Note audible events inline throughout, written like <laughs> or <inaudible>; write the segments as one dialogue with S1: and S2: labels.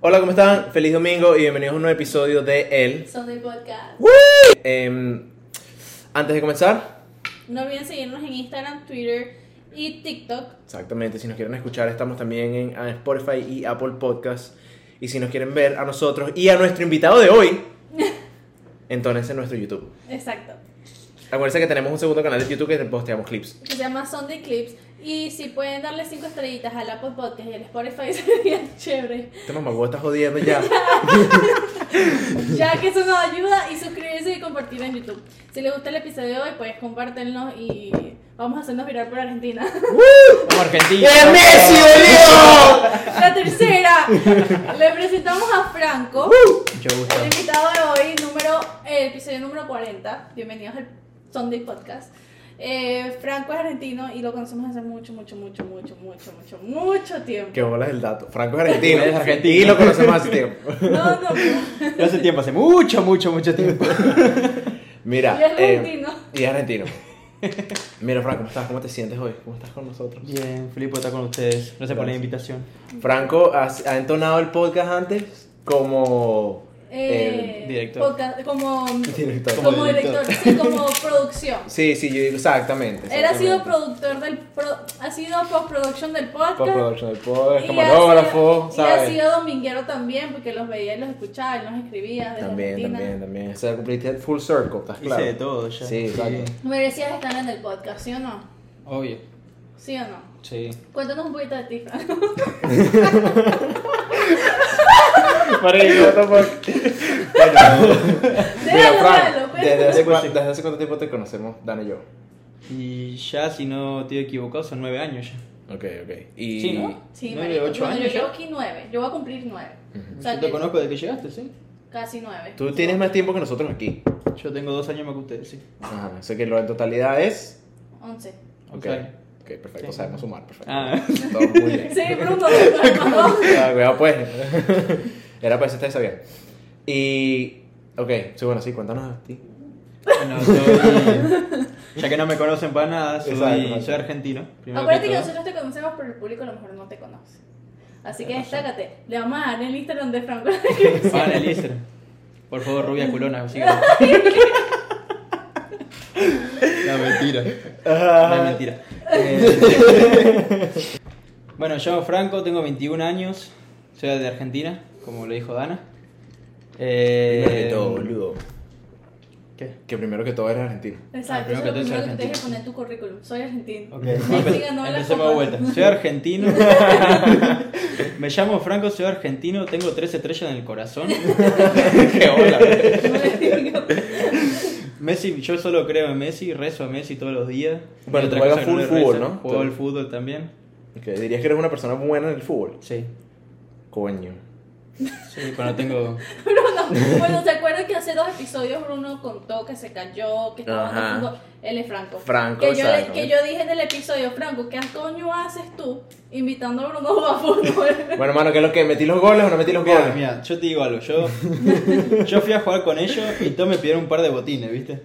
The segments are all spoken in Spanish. S1: Hola, ¿cómo están? Feliz domingo y bienvenidos a un nuevo episodio de El.
S2: Son de podcast.
S1: Em, antes de comenzar,
S2: No olviden seguirnos en Instagram, Twitter y TikTok.
S1: exactamente, si nos quieren escuchar, estamos también en ah, Spotify y Apple Podcast. Y si nos quieren ver a nosotros y a nuestro invitado de hoy, entonces en nuestro YouTube.
S2: Exacto.
S1: Acuérdense que tenemos un segundo canal de YouTube que posteamos clips.
S2: Que se llama Son de Clips. Y si pueden darle 5 estrellitas al Apple Podcast y al Spotify <laughs> sería chévere.
S1: Este mamagüey está jodiendo ya.
S2: Ya que eso nos ayuda y suscribirse y compartir en YouTube. Si les gusta el episodio de hoy, pues compártenlo y vamos a hacernos virar por Argentina. <laughs>
S3: Vamos, Argentina.
S1: ¡Es Messi, boludo!
S2: La tercera. Le presentamos a Franco,
S3: Mucho gusto.
S2: el invitado de hoy, número, eh, episodio número 40. Bienvenidos al Sunday Podcast. Eh, Franco es argentino y lo conocemos hace mucho, mucho, mucho, mucho, mucho, mucho, mucho tiempo.
S1: Qué bolas el dato. Franco es argentino.
S3: Es argentino.
S1: Y lo este conocemos hace tiempo.
S2: No, no, <laughs> no.
S3: Yo hace tiempo, hace mucho, mucho, mucho tiempo.
S1: Mira.
S2: Y es
S1: eh,
S2: argentino.
S1: y es argentino. Mira, Franco, ¿cómo estás? ¿Cómo te sientes hoy? ¿Cómo estás con nosotros?
S3: <laughs> Bien, Filipe está con ustedes. Gracias por la invitación.
S1: Franco ha, ha entonado el podcast antes como
S2: Eh,
S3: El director.
S2: podcast- como,
S1: eh, director.
S2: como, director, sí, como producción.
S1: Sí, sí, yo digo exactamente.
S2: Él ha sido
S1: exactamente.
S2: productor del pro- ha sido postproducción del podcast.
S1: Postproduction del podcast,
S2: Y ha
S1: camarógrafo,
S2: sido- Y ha
S1: ¿sabes?
S2: sido dominguero también, porque los veía y los escuchaba, y los escribía. De
S1: También,
S2: Argentina.
S1: también, también. O sea, cumpliste el full circle, ¿estás
S3: Hice
S1: claro?
S3: de todo ya.
S1: Sí, exacto.
S2: Merecías estar en el podcast, ¿sí o no?
S3: Obvio.
S2: ¿Sí o no?
S3: Sí.
S2: Cuéntanos un poquito de ti, Fran.
S1: Marico, bueno, mira,
S2: <laughs> Déjalo, pues.
S1: Fran,
S2: déjalo,
S1: desde
S2: cuéntanos.
S1: hace, cua- desde hace cuánto tiempo te conocemos, Dan y yo?
S3: Y ya, si no te he equivocado, son nueve años ya.
S1: Ok, ok. Y...
S3: Sí, ¿no?
S2: Sí,
S3: Nueve,
S2: marico,
S3: ocho
S2: bueno,
S3: años
S2: yo llevo
S3: ya.
S2: aquí nueve. Yo voy a cumplir nueve. O sea,
S3: Yo
S2: que
S3: te conozco desde que llegaste, ¿sí?
S2: Casi nueve.
S1: Tú tienes más tiempo que nosotros aquí.
S3: Yo tengo dos años más que ustedes, sí.
S1: Ajá, sé que lo en totalidad es... <laughs>
S2: Once.
S1: Ok,
S3: Usuario.
S1: ok, perfecto,
S3: Sí.
S1: sabemos sumar, perfecto.
S3: Ah.
S1: Todo muy bien.
S2: <laughs> Sí, Bruno, <laughs> Bruno,
S1: Ah, cuidado, pues. <laughs> Era pues, para eso ustedes sabían. Y. Ok, sí, bueno, sí, cuéntanos a ti.
S3: Bueno, <laughs> soy. Ya que no me conocen para nada, soy,
S1: Exacto, exacto.
S3: soy argentino. primero
S2: Acuérdate que
S3: todo.
S2: nosotros te conocemos, pero el público a lo mejor no te conoce. Así que destácate. Le vamos a dar el Instagram de Franco.
S3: Ah, en el Instagram. Por
S1: <laughs>
S3: favor, rubia culona, <laughs> sigue. No, mentira. No es mentira. Ah. Eh,
S1: <laughs>
S3: bueno, yo, Franco, tengo 21 años. Soy de Argentina, como lo dijo Dana. Eh,
S1: Primero que todo, boludo.
S3: ¿Qué?
S1: Que primero que todo eres argentino.
S2: Exacto,
S3: Ah,
S2: eso es
S3: primero
S2: lo
S3: que todo
S2: primero
S3: soy
S2: que tienes que
S3: argentino.
S2: poner en tu currículum. Soy argentino.
S3: Ok,
S2: Sí,
S3: <laughs>
S2: sigan, no la
S3: empecemos
S2: copa.
S3: de vuelta. Soy argentino.
S1: <laughs>
S3: Me llamo Franco, soy argentino. Tengo tres estrellas en el corazón. <laughs>
S1: Qué hola.
S2: No le digo.
S3: Messi, yo solo creo en Messi, rezo a Messi todos los días.
S1: Bueno,
S3: Y otra
S1: juegas
S3: cosa que no
S1: full
S3: le rezo,
S1: fútbol, ¿no?
S3: Juego al fútbol también.
S1: Ok, dirías que eres una persona buena en el fútbol.
S3: Sí.
S1: Coño.
S3: Sí, cuando tengo.
S2: <laughs> Bruno, bueno, ¿se acuerdan que hace dos episodios Bruno contó que se cayó, que estaba
S1: Ajá.
S2: jugando? Él es Franco.
S1: Franco,
S2: que yo, le-
S1: exacto.
S2: que yo dije en el episodio, Franco, ¿qué coño haces tú invitando a Bruno a jugar <laughs> fútbol?
S1: Bueno, mano, ¿qué es lo que? ¿Metí los goles o no metí los
S3: Mira,
S1: goles?
S3: mira, yo te digo algo. Yo, yo fui a jugar con ellos y todos me pidieron un par de botines, ¿viste?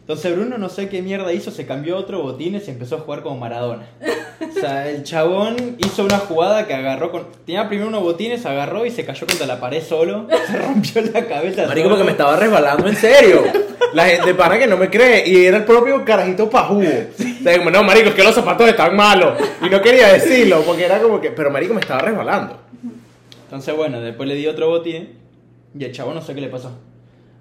S3: Entonces Bruno no sé qué mierda hizo, se cambió a otro botines y empezó a jugar como Maradona. O sea, el chabón hizo una jugada que agarró con... Tenía primero unos botines, agarró y se cayó contra la pared solo. <laughs> Se rompió la cabeza
S1: Marico,
S3: solo.
S1: porque me estaba resbalando en serio. La gente para que no me cree. Y era el propio carajito pajugo. O sea, como, no, marico, es que los zapatos están malos. Y no quería decirlo, porque era como que. Pero marico, me estaba resbalando.
S3: Entonces, bueno, después le di otro botín y el chabón no sé qué le pasó.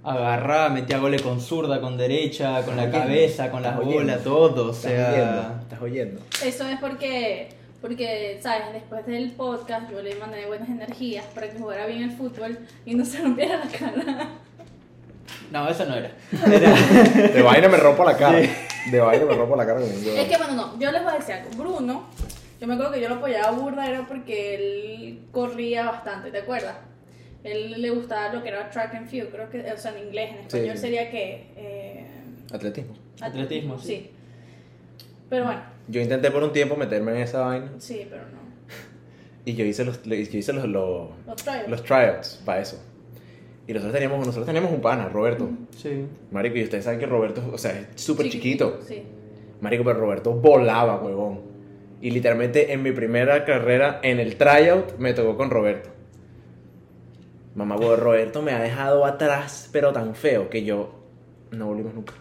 S3: Agarraba, metía goles con zurda, con derecha, con la
S1: Estás oyendo,
S3: cabeza, con
S1: estás
S3: las
S1: oyendo,
S3: bolas, todo. O
S1: Estás oyendo,
S3: sea,
S1: estás oyendo.
S2: Eso es porque, porque, ¿sabes? Después del podcast yo le mandé buenas energías para que jugara bien el fútbol y no se rompiera la cara.
S3: no, eso no era. Era-
S1: De vaina me rompo la cara. De vaina me rompo la cara. con un huevo.
S2: Es que, bueno, no, yo les voy a decir algo. Bruno, yo me acuerdo que yo lo apoyaba burda, era porque él corría bastante, ¿te acuerdas? Él le gustaba lo que era track and field, creo que, o sea, en inglés, en español
S1: sí.
S2: sería que... eh,
S1: Atletismo.
S3: Atletismo, sí.
S2: sí. Pero bueno,
S1: Yo intenté por un tiempo meterme en esa vaina.
S2: sí, pero no.
S1: Y yo hice los, yo hice los, los,
S2: Los trials.
S1: los tryouts para eso. Y nosotros teníamos, nosotros teníamos un pana, Roberto.
S3: <laughs> sí.
S1: Marico, y ustedes saben que Roberto, o sea, es súper
S2: Chiquitito,
S1: chiquito.
S2: Sí.
S1: Marico, pero Roberto volaba, huevón. Y literalmente en mi primera carrera en el tryout me tocó con Roberto. Mamá, güey, Roberto me ha dejado atrás, pero tan feo que yo no volvimos nunca.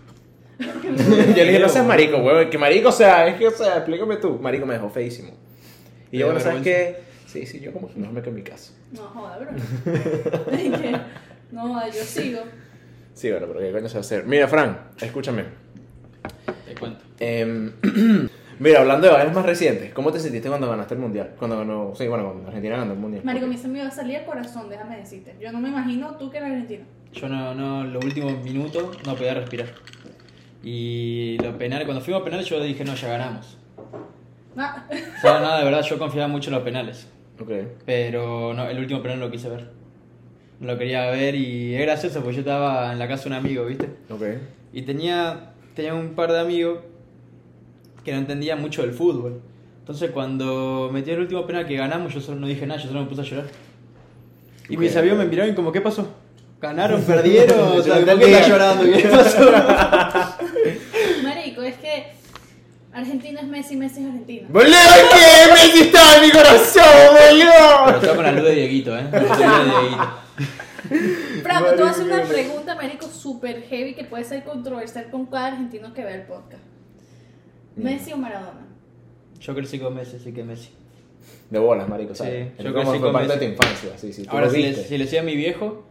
S1: yo le dije, no seas marico, güey, que marico, o sea, es que, o sea, explícame tú. Marico me dejó feísimo. Y yo,
S3: Te dio
S1: bueno, ¿sabes qué?
S3: vergüenza.
S1: Sí, sí, yo como que no me quedo en mi casa.
S2: No joda, bro. <laughs> no joda, yo sigo.
S1: Sí, bueno, pero ¿qué coño se va a hacer? Mira, Fran, escúchame.
S3: Te cuento.
S1: Em, <clears throat> mira, hablando de vainas más recientes, ¿cómo te sentiste cuando ganaste el mundial? Cuando ganó, sí, bueno, cuando Argentina ganó el mundial.
S2: Marico, mis amigos salía corazón, déjame decirte. Yo no me imagino tú que eres argentino.
S3: Yo no, no, los últimos minutos no podía respirar. Y los penales, cuando fuimos a penales yo dije, no, ya ganamos.
S2: No.
S3: O sea, no, de verdad, yo confiaba mucho en los penales.
S1: Ok.
S3: Pero no, el último penal no lo quise ver. No lo quería ver y es gracioso porque yo estaba en la casa de un amigo, ¿viste?
S1: Ok.
S3: Y tenía, tenía un par de amigos que no entendían mucho del fútbol. Entonces cuando metí el último penal que ganamos, yo solo no dije nada, yo solo me puse a llorar. Y mis
S1: Ok.
S3: amigos me miraron y como, ¿qué pasó? <laughs> ¿Ganaron? ¿Perdieron? o sea,
S1: No
S3: ¿por qué
S1: entendía.
S3: estás llorando? <laughs> ¿Qué pasó?
S2: Marico, es que Argentina es Messi, Messi es Argentina.
S1: ¡Boludo, qué Messi está en mi corazón,
S3: Pero
S1: boludo!
S3: está con la luz de Dieguito, ¿eh? Con la luz de Dieguito.
S2: Fran, pero te voy a hacer una
S1: Marico.
S2: pregunta, Marico, súper heavy que puede ser controversial con cada argentino que vea el podcast. ¿Messi o Maradona?
S3: <laughs> Yo crecí con Messi, así que Messi.
S1: De bolas, marico, ¿sabes?
S3: Sí,
S1: Sí,
S3: yo
S1: como
S3: crecí
S1: fue
S3: con
S1: parte
S3: Messi.
S1: de tu infancia, sí, sí. tú
S3: Ahora,
S1: lo
S3: si le,
S1: viste.
S3: si le sigue a mi viejo,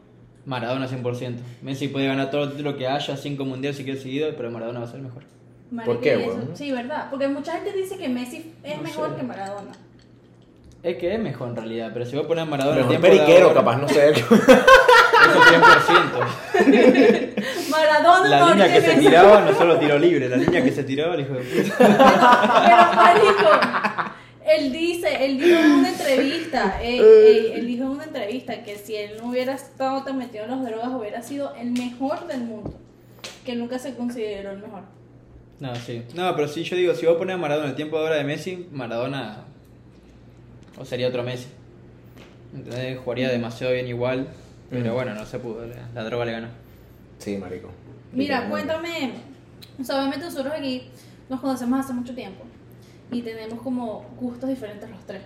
S3: Maradona 100%. Messi puede ganar todo el título que haya, 5 mundiales si quiere seguido, pero Maradona va a ser mejor.
S2: Marico,
S1: ¿Por qué,
S2: y eso-
S1: weón?
S2: Sí, ¿verdad? Porque mucha gente dice que Messi es
S3: No
S2: mejor
S3: sé.
S2: que Maradona. <laughs>
S3: Es que es mejor en realidad, pero si voy a poner a Maradona en
S1: Mejor
S3: tiempo de
S1: periquero,
S3: ahora,
S1: capaz, no sé. <laughs>
S3: Eso
S2: <laughs>
S3: 100%.
S2: Maradona
S3: La
S2: no
S3: línea que
S2: tiene
S3: se
S2: Messi.
S3: tiraba no solo tiro libre, la línea que se tiraba el hijo de puta.
S2: Pero, marico, él dice, él dijo en una entrevista, ey, ey, él dijo en una entrevista que si él no hubiera estado tan metido en las drogas, hubiera sido el mejor del mundo. Que nunca se consideró el mejor.
S3: No, sí. No, pero si yo digo, si voy a poner a Maradona en el tiempo de ahora de Messi, Maradona. O sería otro Messi. ¿Entendés? Jugaría demasiado bien igual, pero
S1: Mm.
S3: bueno, no se pudo, la, la droga le ganó.
S1: Sí, marico.
S2: Mira,
S1: Literalmente.
S2: cuéntame, o sea, obviamente nosotros aquí nos conocemos hace mucho tiempo y tenemos como gustos diferentes los tres.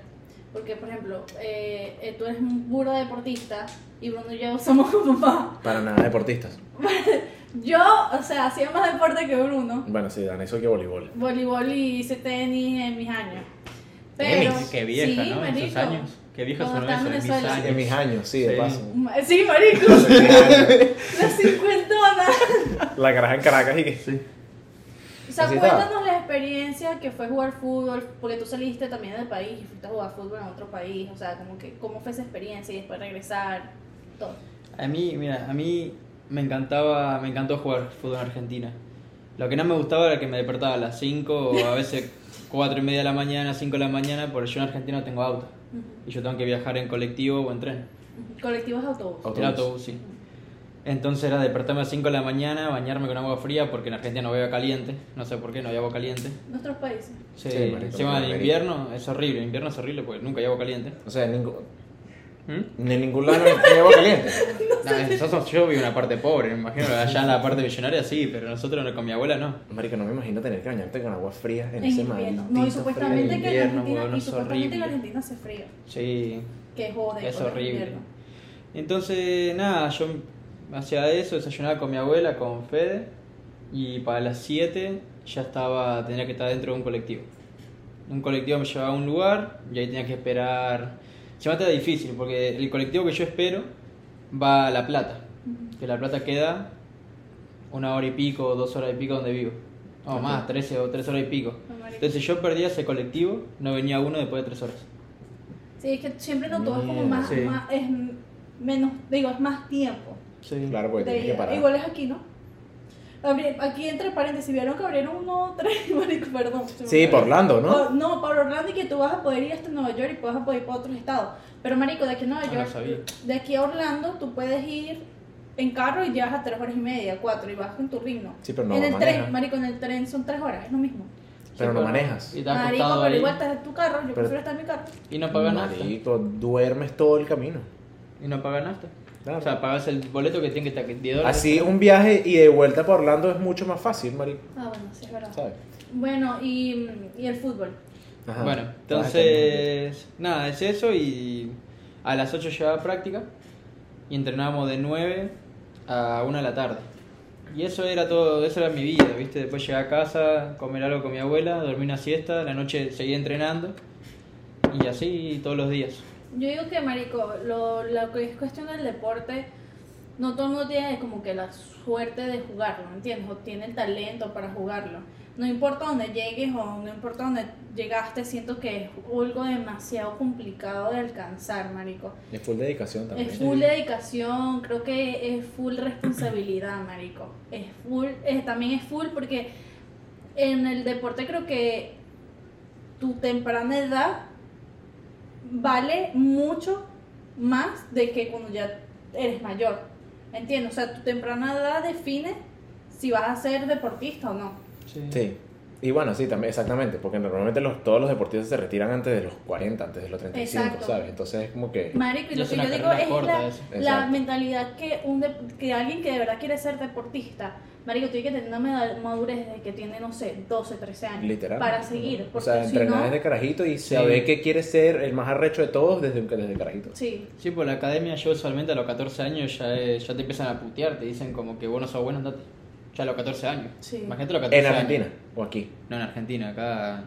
S2: Porque, por ejemplo, eh, eh, tú eres un burda deportista y Bruno y yo somos <laughs> como papá.
S1: Para nada, deportistas.
S2: Yo, o sea, hacía más deporte que Bruno.
S1: Bueno, sí, Dan, eso que voleibol.
S2: voleibol y hice tenis en mis años. Pero,
S3: Tenis, qué vieja,
S2: sí,
S3: ¿no? En sus
S2: marico.
S3: años. Qué vieja
S2: Cuando
S3: son
S2: estaba en
S3: eso, en mis
S2: Venezuela.
S3: años.
S1: En mis años, sí, de
S3: Sí.
S1: paso.
S2: Ma- Sí, marico, la cincuentona.
S1: La caraja en Caracas y que. Sí.
S2: O sea,
S1: Así está.
S2: cuéntanos la experiencia que fue jugar fútbol, porque tú saliste también del país y fuiste a jugar fútbol en otro país. O sea, como que, ¿cómo fue esa experiencia y después regresar? Todo.
S3: A mí, mira, a mí me encantaba, me encantó jugar fútbol en Argentina. Lo que no me gustaba era que me despertaba a las 5 o a <laughs> veces 4 y media de la mañana, 5 de la mañana, porque yo en Argentina no tengo auto.
S2: Ujú.
S3: Y yo tengo que viajar en colectivo o en tren.
S2: Colectivos de autobús.
S1: Autobús.
S3: En autobús, sí. Entonces era despertarme a las 5 de la mañana, bañarme con agua fría, porque en Argentina no había agua caliente. No sé por qué, no había agua caliente.
S2: Nuestros países.
S3: Sí,
S1: Sí, marico,
S3: encima
S1: América.
S3: del invierno es horrible, el invierno es horrible porque nunca hay agua <laughs> caliente.
S1: O sea, en ningún.
S3: ¿Mm?
S1: En ningún lado hay agua caliente.
S3: Nah, nosotros- yo vivo en una parte pobre, me <laughs> imagino allá en la parte millonaria sí, pero nosotros no- con mi abuela no.
S1: Marico, no me imagino tener que bañarte con agua fría en
S2: En
S1: ese
S2: invierno. No, y
S1: maldito
S2: supuestamente
S1: frío.
S2: que en
S3: invierno,
S2: Argentina,
S3: huevón,
S2: y
S3: es
S2: supuestamente en
S3: horrible.
S2: Argentina hace frío.
S3: Sí,
S2: Que jode.
S3: es
S2: con el
S3: horrible.
S2: invierno.
S3: Entonces, nada, yo hacía eso, desayunaba con mi abuela, con Fede, y para las 7 ya estaba, tenía que estar dentro de un colectivo. Un colectivo me llevaba a un lugar y ahí tenía que esperar. Se me hace difícil porque el colectivo que yo espero va a La Plata,
S2: Ujú.
S3: que La Plata queda una hora y pico, dos horas y pico donde vivo. O
S1: Ok.
S3: más, 13 o tres horas y pico.
S2: No, marico.
S3: Entonces, si yo perdía ese colectivo, no venía uno después de tres horas.
S2: Sí, es que siempre no todo es como
S1: Mierda.
S2: más,
S3: Sí.
S2: más- es menos, digo, es más tiempo.
S3: Sí.
S1: Claro, porque Pues,
S2: de
S1: tienes que
S2: vida.
S1: parar.
S2: Igual es aquí, ¿no? Abri- Aquí entre paréntesis, vieron que abrieron uno, <laughs> tres, marico, perdón. se me
S1: Sí,
S2: fue.
S1: por Orlando, ¿no?
S2: Por- no, por Orlando y que tú vas a poder ir hasta Nueva York y puedes poder ir para otros estados. Pero marico, de aquí a Nueva
S3: Ah, no
S2: York,
S3: sabía.
S2: de aquí a Orlando, tú puedes ir en carro y llegas a tres horas y media, cuatro, y vas con tu ritmo.
S1: Sí, pero no
S2: En el
S1: maneja.
S2: tren, marico, en el tren son tres horas, es lo mismo.
S1: Pero no manejas.
S3: Y te ha
S2: Marico,
S3: costado
S2: pero
S3: ahí.
S2: igual estás en tu carro, yo prefiero estar en mi carro.
S3: Y no pagas nada.
S1: Marico, duermes todo el camino.
S3: Y no pagas nada.
S1: Claro.
S3: O sea, pagas el boleto que tiene que estar que 10 dólares.
S1: Así un viaje y de vuelta para Orlando es mucho más fácil, marico.
S2: Ah, bueno, sí, es verdad.
S1: ¿Sabes?
S2: Bueno, y, y el fútbol.
S1: Ajá.
S3: Bueno,
S1: Ah, está bien.
S3: entonces, nada, es eso y a las 8 llegaba a práctica. y entrenábamos de 9 a 1 de la tarde. Y eso era todo, esa era mi vida, ¿viste? Después llegué a casa, comer algo con mi abuela, dormí una siesta, la noche seguía entrenando y así todos los días.
S2: Yo digo que, marico, lo, lo que es cuestión del deporte, no todo el mundo tiene como que la suerte de jugarlo, ¿entiendes? O tiene el talento para jugarlo. No importa dónde llegues o no importa dónde llegaste, siento que es algo demasiado complicado de alcanzar, marico.
S1: Es full dedicación también.
S2: Es full dedicación, creo que es full responsabilidad, marico. Es full, es- también es full porque en el deporte creo que tu temprana edad vale mucho más de que cuando ya eres mayor. ¿Entiendes? O sea, tu temprana edad define si vas a ser deportista o no.
S1: Sí. Y bueno, sí, también, exactamente, porque normalmente los, todos los deportistas se retiran antes de los 40, antes de los 35,
S2: Exacto.
S1: ¿sabes? Entonces es como que...
S2: Marico, y
S3: Ya
S2: lo
S3: es
S2: que
S3: una
S2: yo digo
S3: carrera
S2: es
S3: corta
S2: la,
S3: eso.
S2: la
S1: Exacto.
S2: mentalidad que, un dep- que alguien que de verdad quiere ser deportista, Marico, tiene que tener una meda- madurez desde que tiene, no sé, 12, 13 años.
S1: Literal.
S2: Para seguir. Porque
S1: o sea,
S2: si
S1: entrenar
S2: no,
S1: desde carajito y
S3: Sí.
S1: saber que quiere ser el más arrecho de todos desde, desde carajito.
S2: Sí.
S3: Sí, por la academia yo usualmente a los 14 años ya, eh, ya te empiezan a putear, te dicen como que vos no sos bueno, andate. Ya a los 14 años.
S2: Sí.
S3: Imagínate a los 14
S1: En
S3: años.
S1: Argentina, o aquí.
S3: No, en Argentina, acá,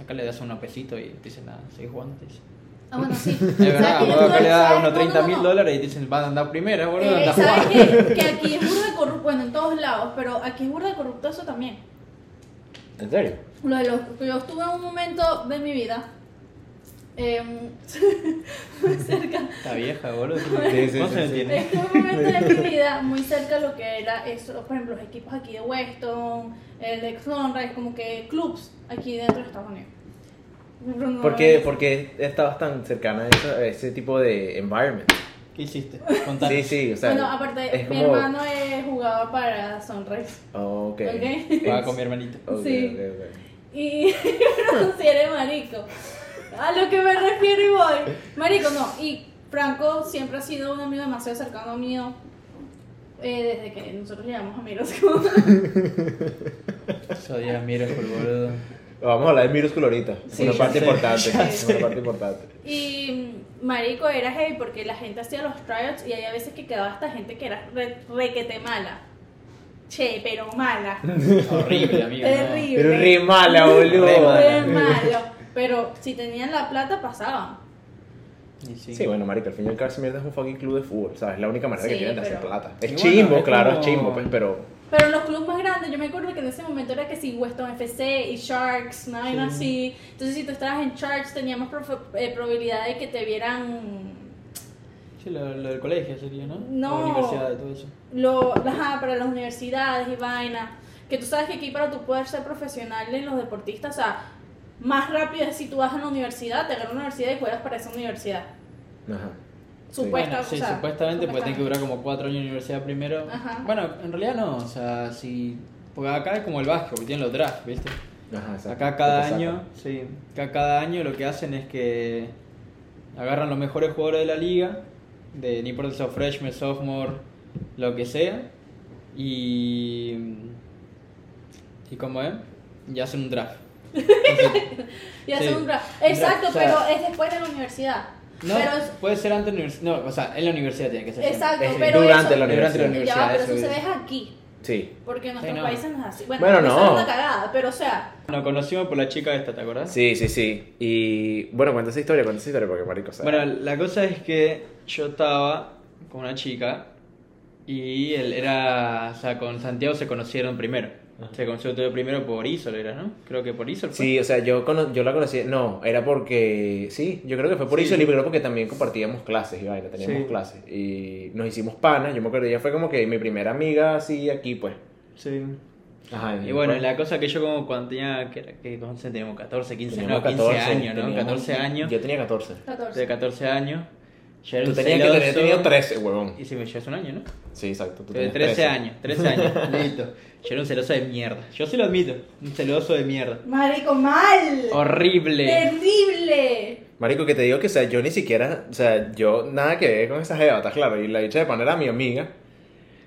S3: acá le das unos pesitos y te dicen nada, seguís jugando.
S2: <laughs>
S3: Te dicen.
S2: Ah, bueno, sí.
S3: <laughs> Es verdad,
S2: ¿Sabes
S3: vos
S2: qué?
S3: acá le das
S2: ¿Sabes?
S3: unos
S2: No,
S3: 30
S2: no,
S3: mil
S2: no.
S3: dólares y te dicen, vas a andar primera, boludo,
S2: Eh,
S3: andá a
S2: ¿Sabes
S3: jugar.
S2: qué? Que aquí es burda de corrupto, bueno, en todos lados, pero aquí es burda de corrupto eso también.
S1: ¿En serio?
S2: Lo de los, yo estuve en un momento de mi vida em, muy cerca,
S3: <laughs> Está vieja, boludo.
S1: Sí, sí,
S3: no
S1: sí,
S3: se
S1: sí.
S3: entiende.
S2: en Este un momento de mi vida muy cerca de lo que era eso, por ejemplo, los equipos aquí de Weston, el de Sunrise, como que clubs aquí dentro de Estados Unidos. No,
S1: ¿Por qué,
S2: es-
S1: por qué estabas tan cercana a, eso- a ese tipo de environment?
S3: ¿Qué hiciste? Contanos.
S1: Sí, sí, o sea...
S2: bueno, aparte,
S1: es
S2: mi
S1: como-
S2: hermano eh, jugaba para Sunrise.
S1: Oh, ok.
S2: Ok.
S3: Jugaba con mi hermanito.
S1: Ok,
S2: Sí.
S1: ok, ok.
S2: Y <laughs> no, si eres marico. A lo que me refiero y voy. Marico, no. Y Franco siempre ha sido un amigo demasiado cercano mío. eh, desde que nosotros llegamos a <laughs> Mirosco.
S3: Eso día miro por boludo.
S2: <laughs>
S1: Vamos a hablar de Miroscool ahorita.
S2: Sí,
S1: una
S2: ya
S1: parte
S3: sé,
S1: importante.
S3: <laughs> ya
S1: Una parte importante.
S2: Y mm, marico era heavy porque la gente hacía los tryouts y había veces que quedaba hasta gente que era re- requete mala. Che, pero mala.
S3: Horrible, amigo. no.
S2: Terrible.
S1: Pero re mala, boludo.
S3: Re mala.
S2: Re malo. Pero si tenían la plata, pasaban.
S3: Y sí.
S1: Sí, bueno, marica, al fin y al cabo esa mierda es un fucking club de fútbol, ¿sabes? Es la única manera que
S2: Sí,
S1: tienen de hacer
S2: pero-
S1: plata.
S3: Y
S1: Es
S3: bueno,
S1: chimbo,
S3: es
S1: claro,
S3: como-
S1: es chimbo, pues, pero...
S2: Pero en los clubes más grandes, yo me acuerdo que en ese momento era que si Weston FC y Sharks, una vaina así. Entonces, si tú estabas en Sharks, teníamos profe- eh, probabilidad de que te vieran
S3: Sí, lo, lo del colegio sería, ¿no?
S2: No.
S3: La universidad y todo eso.
S2: lo, ajá, para las universidades y vaina. Que tú sabes que aquí, para tú poder ser profesional en los deportistas, o sea, más rápido es si tú vas a la universidad, te agarras a la universidad y juegas para esa universidad.
S1: Ajá.
S2: Supuesta,
S3: Bueno, sí,
S2: o sea,
S3: supuestamente, pues, porque tiene
S2: supuestamente.
S3: que durar como cuatro años en universidad primero.
S2: Ajá.
S3: Bueno, en realidad no, o sea, si. Porque acá es como el básquet, porque tienen los drafts, ¿viste?
S1: Ajá, exacto.
S3: Acá cada
S1: Te sacan.
S3: año, sí, acá cada año lo que hacen es que agarran los mejores jugadores de la liga, de ni por software freshman, sophomore, lo que sea, y y cómo es, y hacen un draft. Entonces,
S2: Y hacer
S3: Sí.
S2: un draft.
S3: Un
S2: Exacto,
S3: draft, o sea-
S2: pero es después de la universidad.
S3: no,
S2: pero es-
S3: puede ser antes de la universidad, no, o sea, en la universidad tiene que ser. siempre.
S2: exacto,
S1: Es
S2: pero
S1: durante
S2: eso-
S1: la
S3: Durante la
S1: universidad.
S3: universidad.
S2: Ya va, pero
S3: eso
S2: eso se
S3: es.
S2: deja aquí.
S1: Sí.
S2: Porque en nuestros
S3: Sí, no.
S2: países no es así. Bueno,
S1: Bueno,
S2: eso
S1: no.
S2: es una cagada, pero o sea,
S3: Nos conocimos por la chica esta, ¿te acordás?
S1: Sí, sí, sí. Y bueno, cuenta esa historia, cuenta esa historia, porque marico, o sea,
S3: Bueno, la cosa es que yo estaba con una chica y él era, o sea, con Santiago se conocieron primero. Se conocieron todo primero por Isol, era, ¿no? Creo que por Isol. fue.
S1: Sí, o sea, yo, cono- yo la conocí, no, era porque, sí, yo creo que fue por
S3: Sí.
S1: eso, pero porque también compartíamos clases y vaina, teníamos
S3: Sí.
S1: clases. Y nos hicimos panas, yo me acuerdo, ella fue como que mi primera amiga así aquí, pues.
S3: Sí.
S1: Ajá.
S3: Y bueno, la cosa que yo como cuando tenía, que era, que cuando teníamos 14, 15,
S1: Teníamos
S3: no, 15 años, ¿no?
S1: teníamos-
S3: 14 años.
S1: Yo tenía 14.
S2: 14.
S3: De 14 años. Yo era
S1: Tú
S3: un
S1: tenías que tener
S3: celoso.
S1: tenido 13, huevón.
S3: Y si me llevas un año, ¿no?
S1: Sí, exacto. Tú
S3: De
S1: tenías
S3: 13 años,
S1: <laughs>
S3: 13 años. Listo. Yo era un celoso de mierda. Yo sí lo admito, un celoso de mierda.
S2: Marico, mal.
S3: Horrible.
S2: Terrible.
S1: Marico, que te digo que, o sea, yo ni siquiera, o sea, yo nada que ver con esa jeva, está claro. Y la dicha de pan era mi amiga.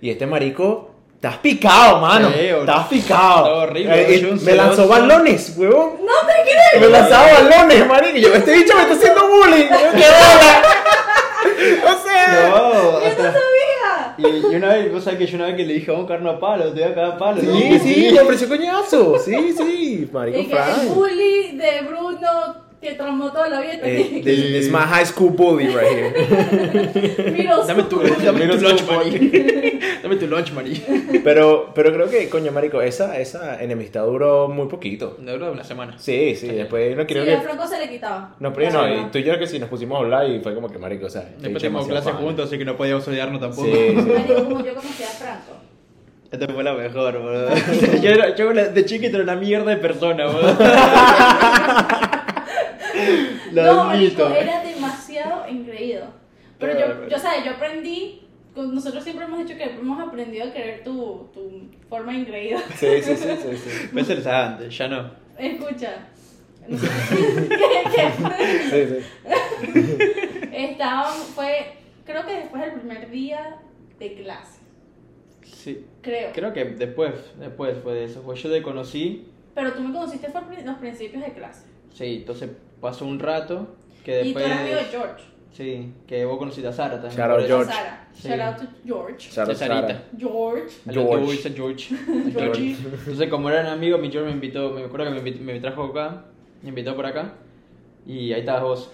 S1: Y este marico, estás picado, mano.
S3: Sí, boludo.
S1: estás picado.
S3: Está horrible,
S1: Eh,
S3: yo
S1: eh,
S3: un
S1: me lanzó
S3: celoso.
S1: balones, huevón.
S2: No te creo.
S3: <laughs>
S1: Me lanzaba balones, marico. Y yo, este bicho me está haciendo bullying. ¡Qué bola! o sea,
S3: No,
S2: ¡Yo no
S3: hasta-
S2: sabía!
S3: Y, y una vez, vos sabés que yo una vez que le dije, vamos a caernos a palo, te voy a caer a palo.
S1: sí, sí, le ofreció coñazo. Sí, sí, marico
S2: Y que el
S1: Frank.
S2: bully de Bruno que tramó toda la vida
S1: Eh,
S2: <laughs> te
S1: this, this is my high school bully right here.
S2: miro
S4: Dame tu, dame tu lunch money. <laughs> Dame tu lunch money.
S1: Pero, pero creo que, coño, marico, esa, esa enemistad duró muy poquito.
S4: No duró una semana.
S1: Sí, sí, después no
S2: Sí,
S1: creo
S2: a
S1: que...
S2: Franco se le quitaba.
S1: No, pero
S2: Ya
S1: no,
S2: se
S1: y
S2: va.
S1: tú y yo que sí nos pusimos a hablar y fue como que, marico, o sea... este bicho
S4: Después tenemos
S1: es
S4: clases
S1: demasiado
S4: juntos, así que no podíamos odiarnos tampoco.
S3: <laughs>
S1: Sí, sí.
S2: Marico, como yo conocía a Franco.
S3: Esta Este fue la mejor, boludo. <laughs> yo, era- yo era- de chiquito era una mierda de persona, boludo. <laughs> Lo
S2: no,
S3: admito.
S2: marico, era demasiado engreído. Pero yo, yo, ¿sabes? Yo aprendí. con- Nosotros siempre hemos dicho que hemos aprendido a querer tu, tu forma engreída.
S1: pana. Sí, sí, sí, sí, sí.
S3: Pues se lo sabe antes, ya no.
S2: <laughs> Escucha. <laughs> ¿Qué,
S1: Sí, sí.
S2: qué? Estaban, fue, creo que después del primer día de clase.
S3: Sí.
S2: Creo.
S3: Creo que después, después fue de eso. Pues yo te conocí,
S2: Pero tú me conociste fue en los principios de clase.
S3: sí, entonces pasó un rato que
S2: Y tú
S3: después...
S2: eras amigo de George.
S3: Sí, que vos conociste a Sara también.
S1: Shout
S3: por
S1: out,
S3: eso.
S1: George.
S2: Sara.
S3: Sí.
S2: Shout out to George.
S1: Shout out,
S3: Sarita.
S1: Sara.
S2: George.
S3: A la
S1: George.
S3: dulce George.
S2: Georgie.
S3: Entonces, como eran amigos, mi George me invitó, me acuerdo que me, invit- me trajo acá, me invitó por acá, y ahí estabas vos.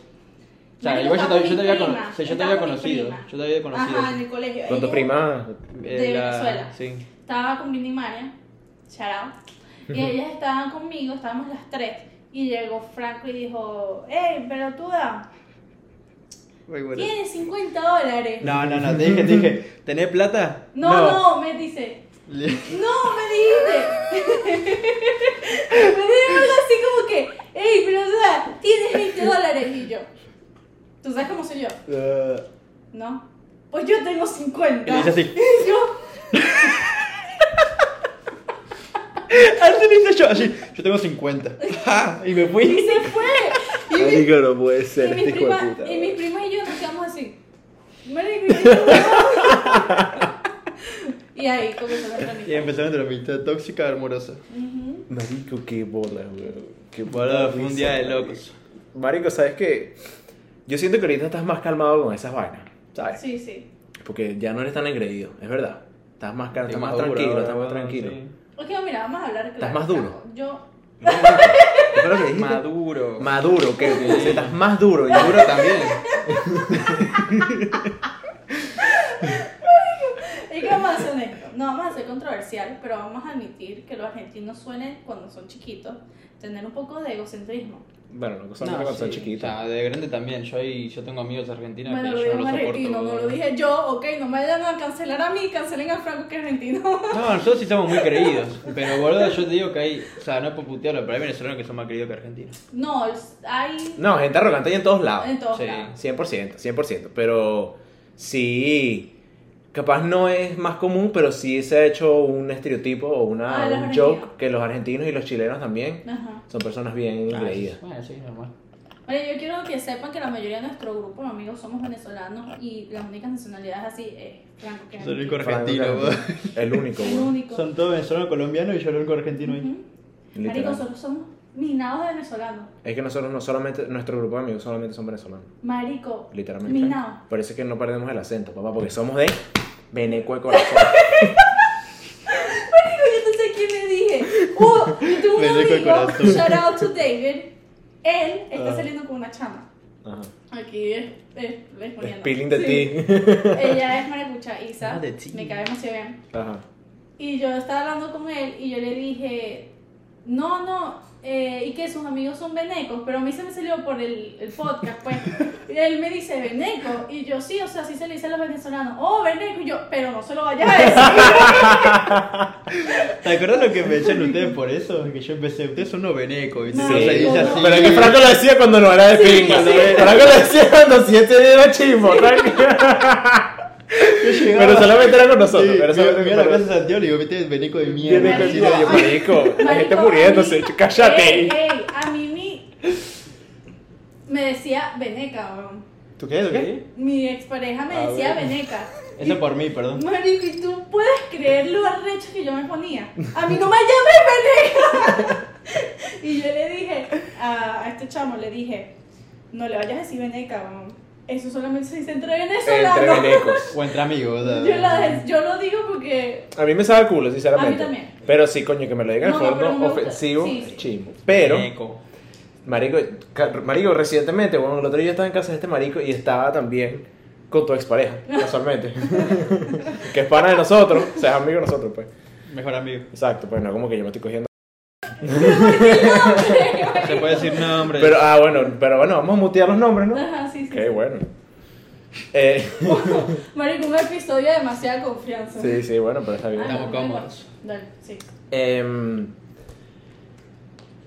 S3: O sea,
S2: Marico,
S3: igual yo
S2: estaba
S3: te, yo
S2: con
S3: te
S2: mi
S3: había,
S2: prima,
S3: cono- sí, yo te
S2: estaba
S3: había
S2: con mi
S3: conocido.
S2: prima.
S3: Yo te había conocido. Eh,
S2: Ajá, en el colegio.
S1: Con tu
S2: Ella
S1: prima...
S2: de Venezuela.
S3: Sí.
S2: Estaba con Winnie Maria. Shout out. Y ellas estaban conmigo, estábamos las tres. Y llegó Franco y dijo, hey, pelotuda, tienes 50 dólares.
S3: No, no, no, te dije, te dije, ¿tenés plata?
S2: No, no, me dice. No, me dijiste. <laughs> me dijo algo así como que, hey, pero o sea, tienes 20 dólares. Y yo, ¿tú sabes cómo soy yo?
S1: Uh,
S2: No. Pues yo tengo 50.
S3: Y le dice así.
S2: <laughs> Y yo,
S3: <laughs> Así me hice yo, así, yo tengo 50. Ja, <laughs> y me
S2: y
S3: fui.
S2: se fue.
S3: <laughs>
S2: Y, mi-
S1: Marico, no puede
S2: y
S1: ser, este
S2: mis
S1: hijo de
S2: primas,
S1: puta.
S2: y mis primas y yo nos quedamos así.
S3: <laughs>
S2: Marico, ¿y qué huevón? Y ahí comenzó la
S3: Y
S2: tónica.
S3: empezó nuestra amistad tóxica hermosa.
S2: Ujú.
S1: Marico, qué bola, weón. Qué
S3: Boludo, fue un día de
S1: risa,
S3: locos.
S1: marico. Marico, ¿sabes qué? Yo siento que ahorita estás más calmado con esas vainas, ¿sabes?
S2: Sí, sí.
S1: Porque ya no eres tan engreído, es verdad. Estás más, cal- estás más
S3: Maduro,
S1: tranquilo,
S3: ahora,
S1: estás más
S3: weón,
S1: tranquilo.
S3: sí.
S2: Ok, mira, vamos a hablar claro.
S1: más duro?
S2: Yo,
S1: ¿Qué fue lo que dijiste?
S3: <laughs> Maduro.
S1: Maduro, que
S3: Sí.
S1: estás más duro. Y duro
S3: Maduro también.
S2: ¿Y qué vamos a hacer honesto? No vamos a ser controversial, pero vamos a admitir que los argentinos suelen, cuando son chiquitos, tener un poco de egocentrismo.
S1: Bueno, no, son
S3: No,
S1: cuando son
S3: sí.
S1: chiquitos.
S3: O sea, de grande también. Yo, ahí- yo tengo amigos argentinos
S2: Bueno, lo
S3: que yo
S2: digo
S3: no
S2: un
S3: los
S2: argentino,
S3: soporto.
S2: no lo dije yo, ok, no me vayan a cancelar a mí, cancelen a Franco que es argentino.
S3: No, nosotros sí somos muy creídos.
S2: <laughs>
S3: Pero boludo, yo te digo que hay. O sea, no es por putearlo, pero hay venezolanos que son más creídos que argentinos.
S2: No, los- hay
S1: No, gente arrogante hay en todos lados.
S2: en todos
S3: Ah, sí.
S2: lados.
S1: 100%, 100%. Pero sí, capaz no es más común, pero sí se ha hecho un estereotipo o una,
S2: Ah, los
S1: un
S2: argentinos.
S1: joke que los argentinos y los chilenos también
S2: Ajá.
S1: son personas bien engreídas.
S3: Bueno, Ah, sí, normal.
S2: Oye, yo quiero que sepan que la mayoría de nuestro grupo de amigos somos venezolanos y las únicas nacionalidades así es Franco que es
S3: Soy el
S2: argentino.
S3: único argentino,
S1: Franco,
S3: weón.
S1: El único,
S2: El
S1: weón.
S2: único.
S3: Son todos venezolanos, colombianos y yo el único argentino ahí.
S2: Ujú. Marico,
S1: literal.
S2: nosotros somos minados de venezolanos.
S1: Es que nosotros no solamente, nuestro grupo de amigos solamente son venezolanos,
S2: Marico,
S1: literalmente.
S2: minados.
S1: Por eso es que no perdemos el acento, papá, porque somos de Beneco de corazón.
S2: Yo no sé quién me dije. Uh, yo tengo un
S3: Me dijo el
S2: amigo,
S3: corazón.
S2: shout out to David. Él está
S3: Ah.
S2: saliendo con una chama.
S1: Ajá.
S2: Aquí es, es, les poniendo.
S1: Spilling de
S2: Sí.
S1: ti.
S2: Ella es Maracucha Isa.
S3: Ah, de ti.
S2: Me cae demasiado bien.
S1: Ajá.
S2: Y yo estaba hablando con él y yo le dije, no, no, eh, y que sus amigos son venecos, pero a mí se me salió por el, el podcast, pues. Y él me dice, veneco, y yo, sí, o sea, sí se le dice a los venezolanos, oh, veneco, y yo, pero no se lo vayas a decir.
S3: ¿Te acuerdas lo que me echaron ustedes por eso? Que yo empecé, ustedes son unos venecos, ¿viste?
S2: No,
S3: No se dice
S2: no.
S3: así.
S1: Pero es que Franco lo decía cuando no era de pinga. Franco lo decía cuando sí era chismo. <laughs>
S3: Yo llegaba-
S1: Pero solamente era con nosotros.
S3: Sí,
S1: pero
S3: fui a-
S1: solamente
S3: fui a
S1: con
S3: la casa
S1: nosotros.
S3: de Santiago y digo, viste, veneco de mierda.
S1: Viene con
S2: Marico,
S1: sí, oye, marico. La gente
S2: Marico, Eh, a
S1: muriéndose.
S2: mí-
S1: ch- Cállate.
S2: Ey, ey, a mí mi- me decía veneca, weón.
S1: ¿Tú qué? ¿Tú qué?
S2: Mi expareja me
S1: Ah,
S2: decía
S1: bueno.
S2: veneca.
S3: Eso por mí, perdón.
S2: Marico, ¿y tú puedes creer lo arrecho que yo me ponía? A mí no
S1: <laughs>
S2: me llames veneca. y yo le dije a, a este chamo, le dije, no le vayas a decir veneca, weón. Eso solamente se dice entre
S1: Entre
S2: venezolanos.
S1: venecos.
S3: O entre amigos. o
S2: <laughs>
S3: sea,
S2: Yo, la- yo lo digo porque
S1: <laughs>
S2: <laughs>
S1: A mí me sabe culo, sinceramente.
S2: A mí también.
S1: Pero sí, coño, que me lo digan
S2: No,
S1: en
S2: no, pero no
S1: forma
S2: me gusta.
S1: ofensivo,
S2: Sí, sí.
S1: chismo. Pero,
S4: Eco.
S1: marico, ca- marico, recientemente, bueno, el otro día yo estaba en casa de este marico y estaba también con tu expareja, <laughs> casualmente. que es pana de nosotros, o sea, es amigo de nosotros, pues.
S3: Mejor amigo.
S1: Exacto, pues no, como que yo me estoy cogiendo.
S3: Se puede decir nombre.
S1: Pero, ah, bueno, pero bueno, vamos a mutear los nombres, ¿no?
S2: Ajá, sí, sí.
S1: Qué bueno. Eh, <laughs>
S2: Marico, un episodio de demasiada confianza.
S1: sí, sí, bueno, pero está bien.
S2: Ah, no,
S3: Estamos cómodos.
S2: Dale, sí.
S1: Em,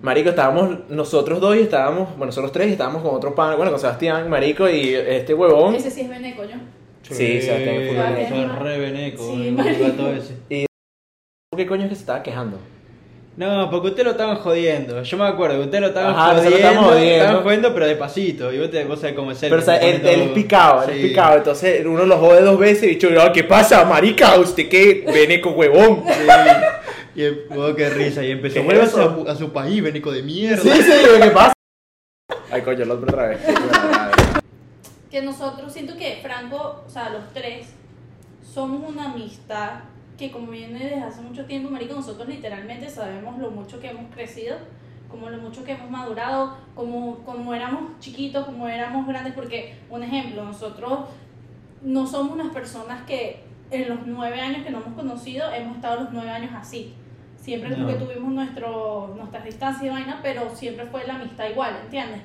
S1: marico, estábamos nosotros dos y estábamos, bueno, nosotros tres y estábamos con otro pan, bueno, con Sebastián, marico, y este huevón.
S2: Ese sí es veneco, yo.
S1: Sí, Sebastián es
S2: full
S3: Eso
S2: veneco.
S3: es re veneco.
S2: Sí,
S3: el
S2: marico.
S3: gato ese.
S1: ¿Qué coño es que se estaba quejando?
S3: No, porque ustedes lo estaban jodiendo. Yo me acuerdo que ustedes lo estaban
S1: Ajá, nosotros
S3: jodiendo.
S1: estábamos jodiendo.
S3: Estaban jodiendo, pero despacito. Y vos te vos sabés cómo es él.
S1: Pero, o sea,
S3: te pone
S1: él, él es
S3: todo-
S1: picado, él es
S3: Sí.
S1: picado. Entonces, uno lo jode dos veces y yo, "Ah, ¿qué pasa, marica? ¿Usted qué? Veneco huevón. <laughs>
S3: Sí. Y el oh, qué risa. Y
S1: ¿Qué
S3: empezó.
S1: es
S3: Vuelvas
S1: eso?
S3: a, su- a su país, veneco de mierda.
S1: Sí, sí, yo, ¿qué pasa? Ay, coño, lo otro otra vez.
S2: Que nosotros, siento que Franco, o sea, los tres, somos una amistad que como viene desde hace mucho tiempo, marico, nosotros literalmente sabemos lo mucho que hemos crecido, como lo mucho que hemos madurado, como, como éramos chiquitos, como éramos grandes, porque, un ejemplo, nosotros no somos unas personas que en los nueve años que nos hemos conocido, hemos estado los nueve años así. Siempre como
S3: No.
S2: que tuvimos nuestro, nuestras distancias y vaina, pero siempre fue la amistad igual, ¿entiendes?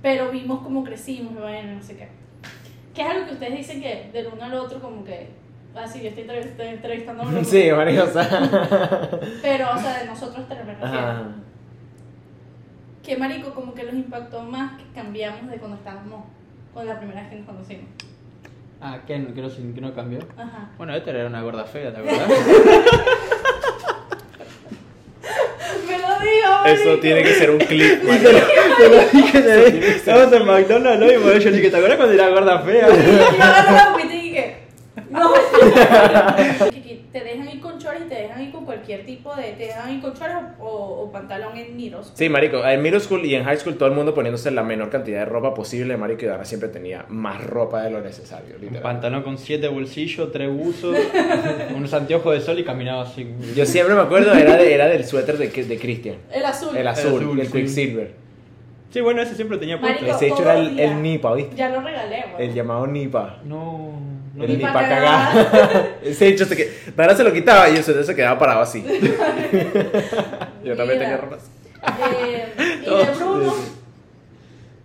S2: Pero vimos cómo crecimos, bueno, no sé qué. ¿Qué es algo que ustedes dicen que del uno al otro como que... Ah, sí, yo estoy entrev- estoy
S1: <laughs>
S2: entrevistando a uno,
S1: Sí, marico, o sea.
S2: Pero, o sea, de nosotros tres me refiero.
S1: Ajá.
S2: Que marico como que los impactó más que cambiamos de cuando estábamos con la primera vez que nos conocimos.
S3: Ah, ¿qué? ¿Que no, que no cambió?
S2: Ajá.
S3: Bueno, esta era una gorda <laughs> fea, ¿te acordás?
S2: <laughs> Me lo digo, marico.
S1: Eso tiene que ser un <laughs> clip, marico.
S3: Te lo dije, Estábamos en McDonald's, ¿no? Y bueno, yo le dije, ¿te acuerdas cuando era gorda fea?
S2: <laughs>
S3: <laughs>
S2: Y yo agarro la agüita y que. No, <laughs> Que- que te dejan ir con chores y te dejan ir con cualquier tipo de. Te dejan ir con chores o, o- o pantalón en miros.
S1: Sí, marico, en middle school y en high school todo el mundo poniéndose la menor cantidad de ropa posible, marico, y Dana siempre tenía más ropa de lo necesario,
S3: Un
S1: literal.
S3: pantalón con siete bolsillos, tres buzos, unos anteojos de sol y caminaba así.
S1: Yo siempre me acuerdo, era, de- era del suéter de, de Christian,
S2: El azul.
S1: el azul, el,
S3: azul, sí.
S1: Quicksilver.
S3: Sí, bueno, ese siempre lo tenía puesto.
S2: Marico.
S1: Ese hecho era
S2: todos
S1: el,
S2: días.
S1: el Nipa, ¿viste?
S2: Ya lo regalé, güey.
S1: El llamado Nipa.
S3: No, no
S1: El
S2: Nipa
S1: Nipa
S2: cagada.
S1: cagada. <laughs> Ese hecho se que. Dana se lo quitaba y el suéter se quedaba parado
S2: <laughs>
S1: así. Yo también tenía
S2: Mira.
S1: ropa así.
S2: Eh, y de Bruno.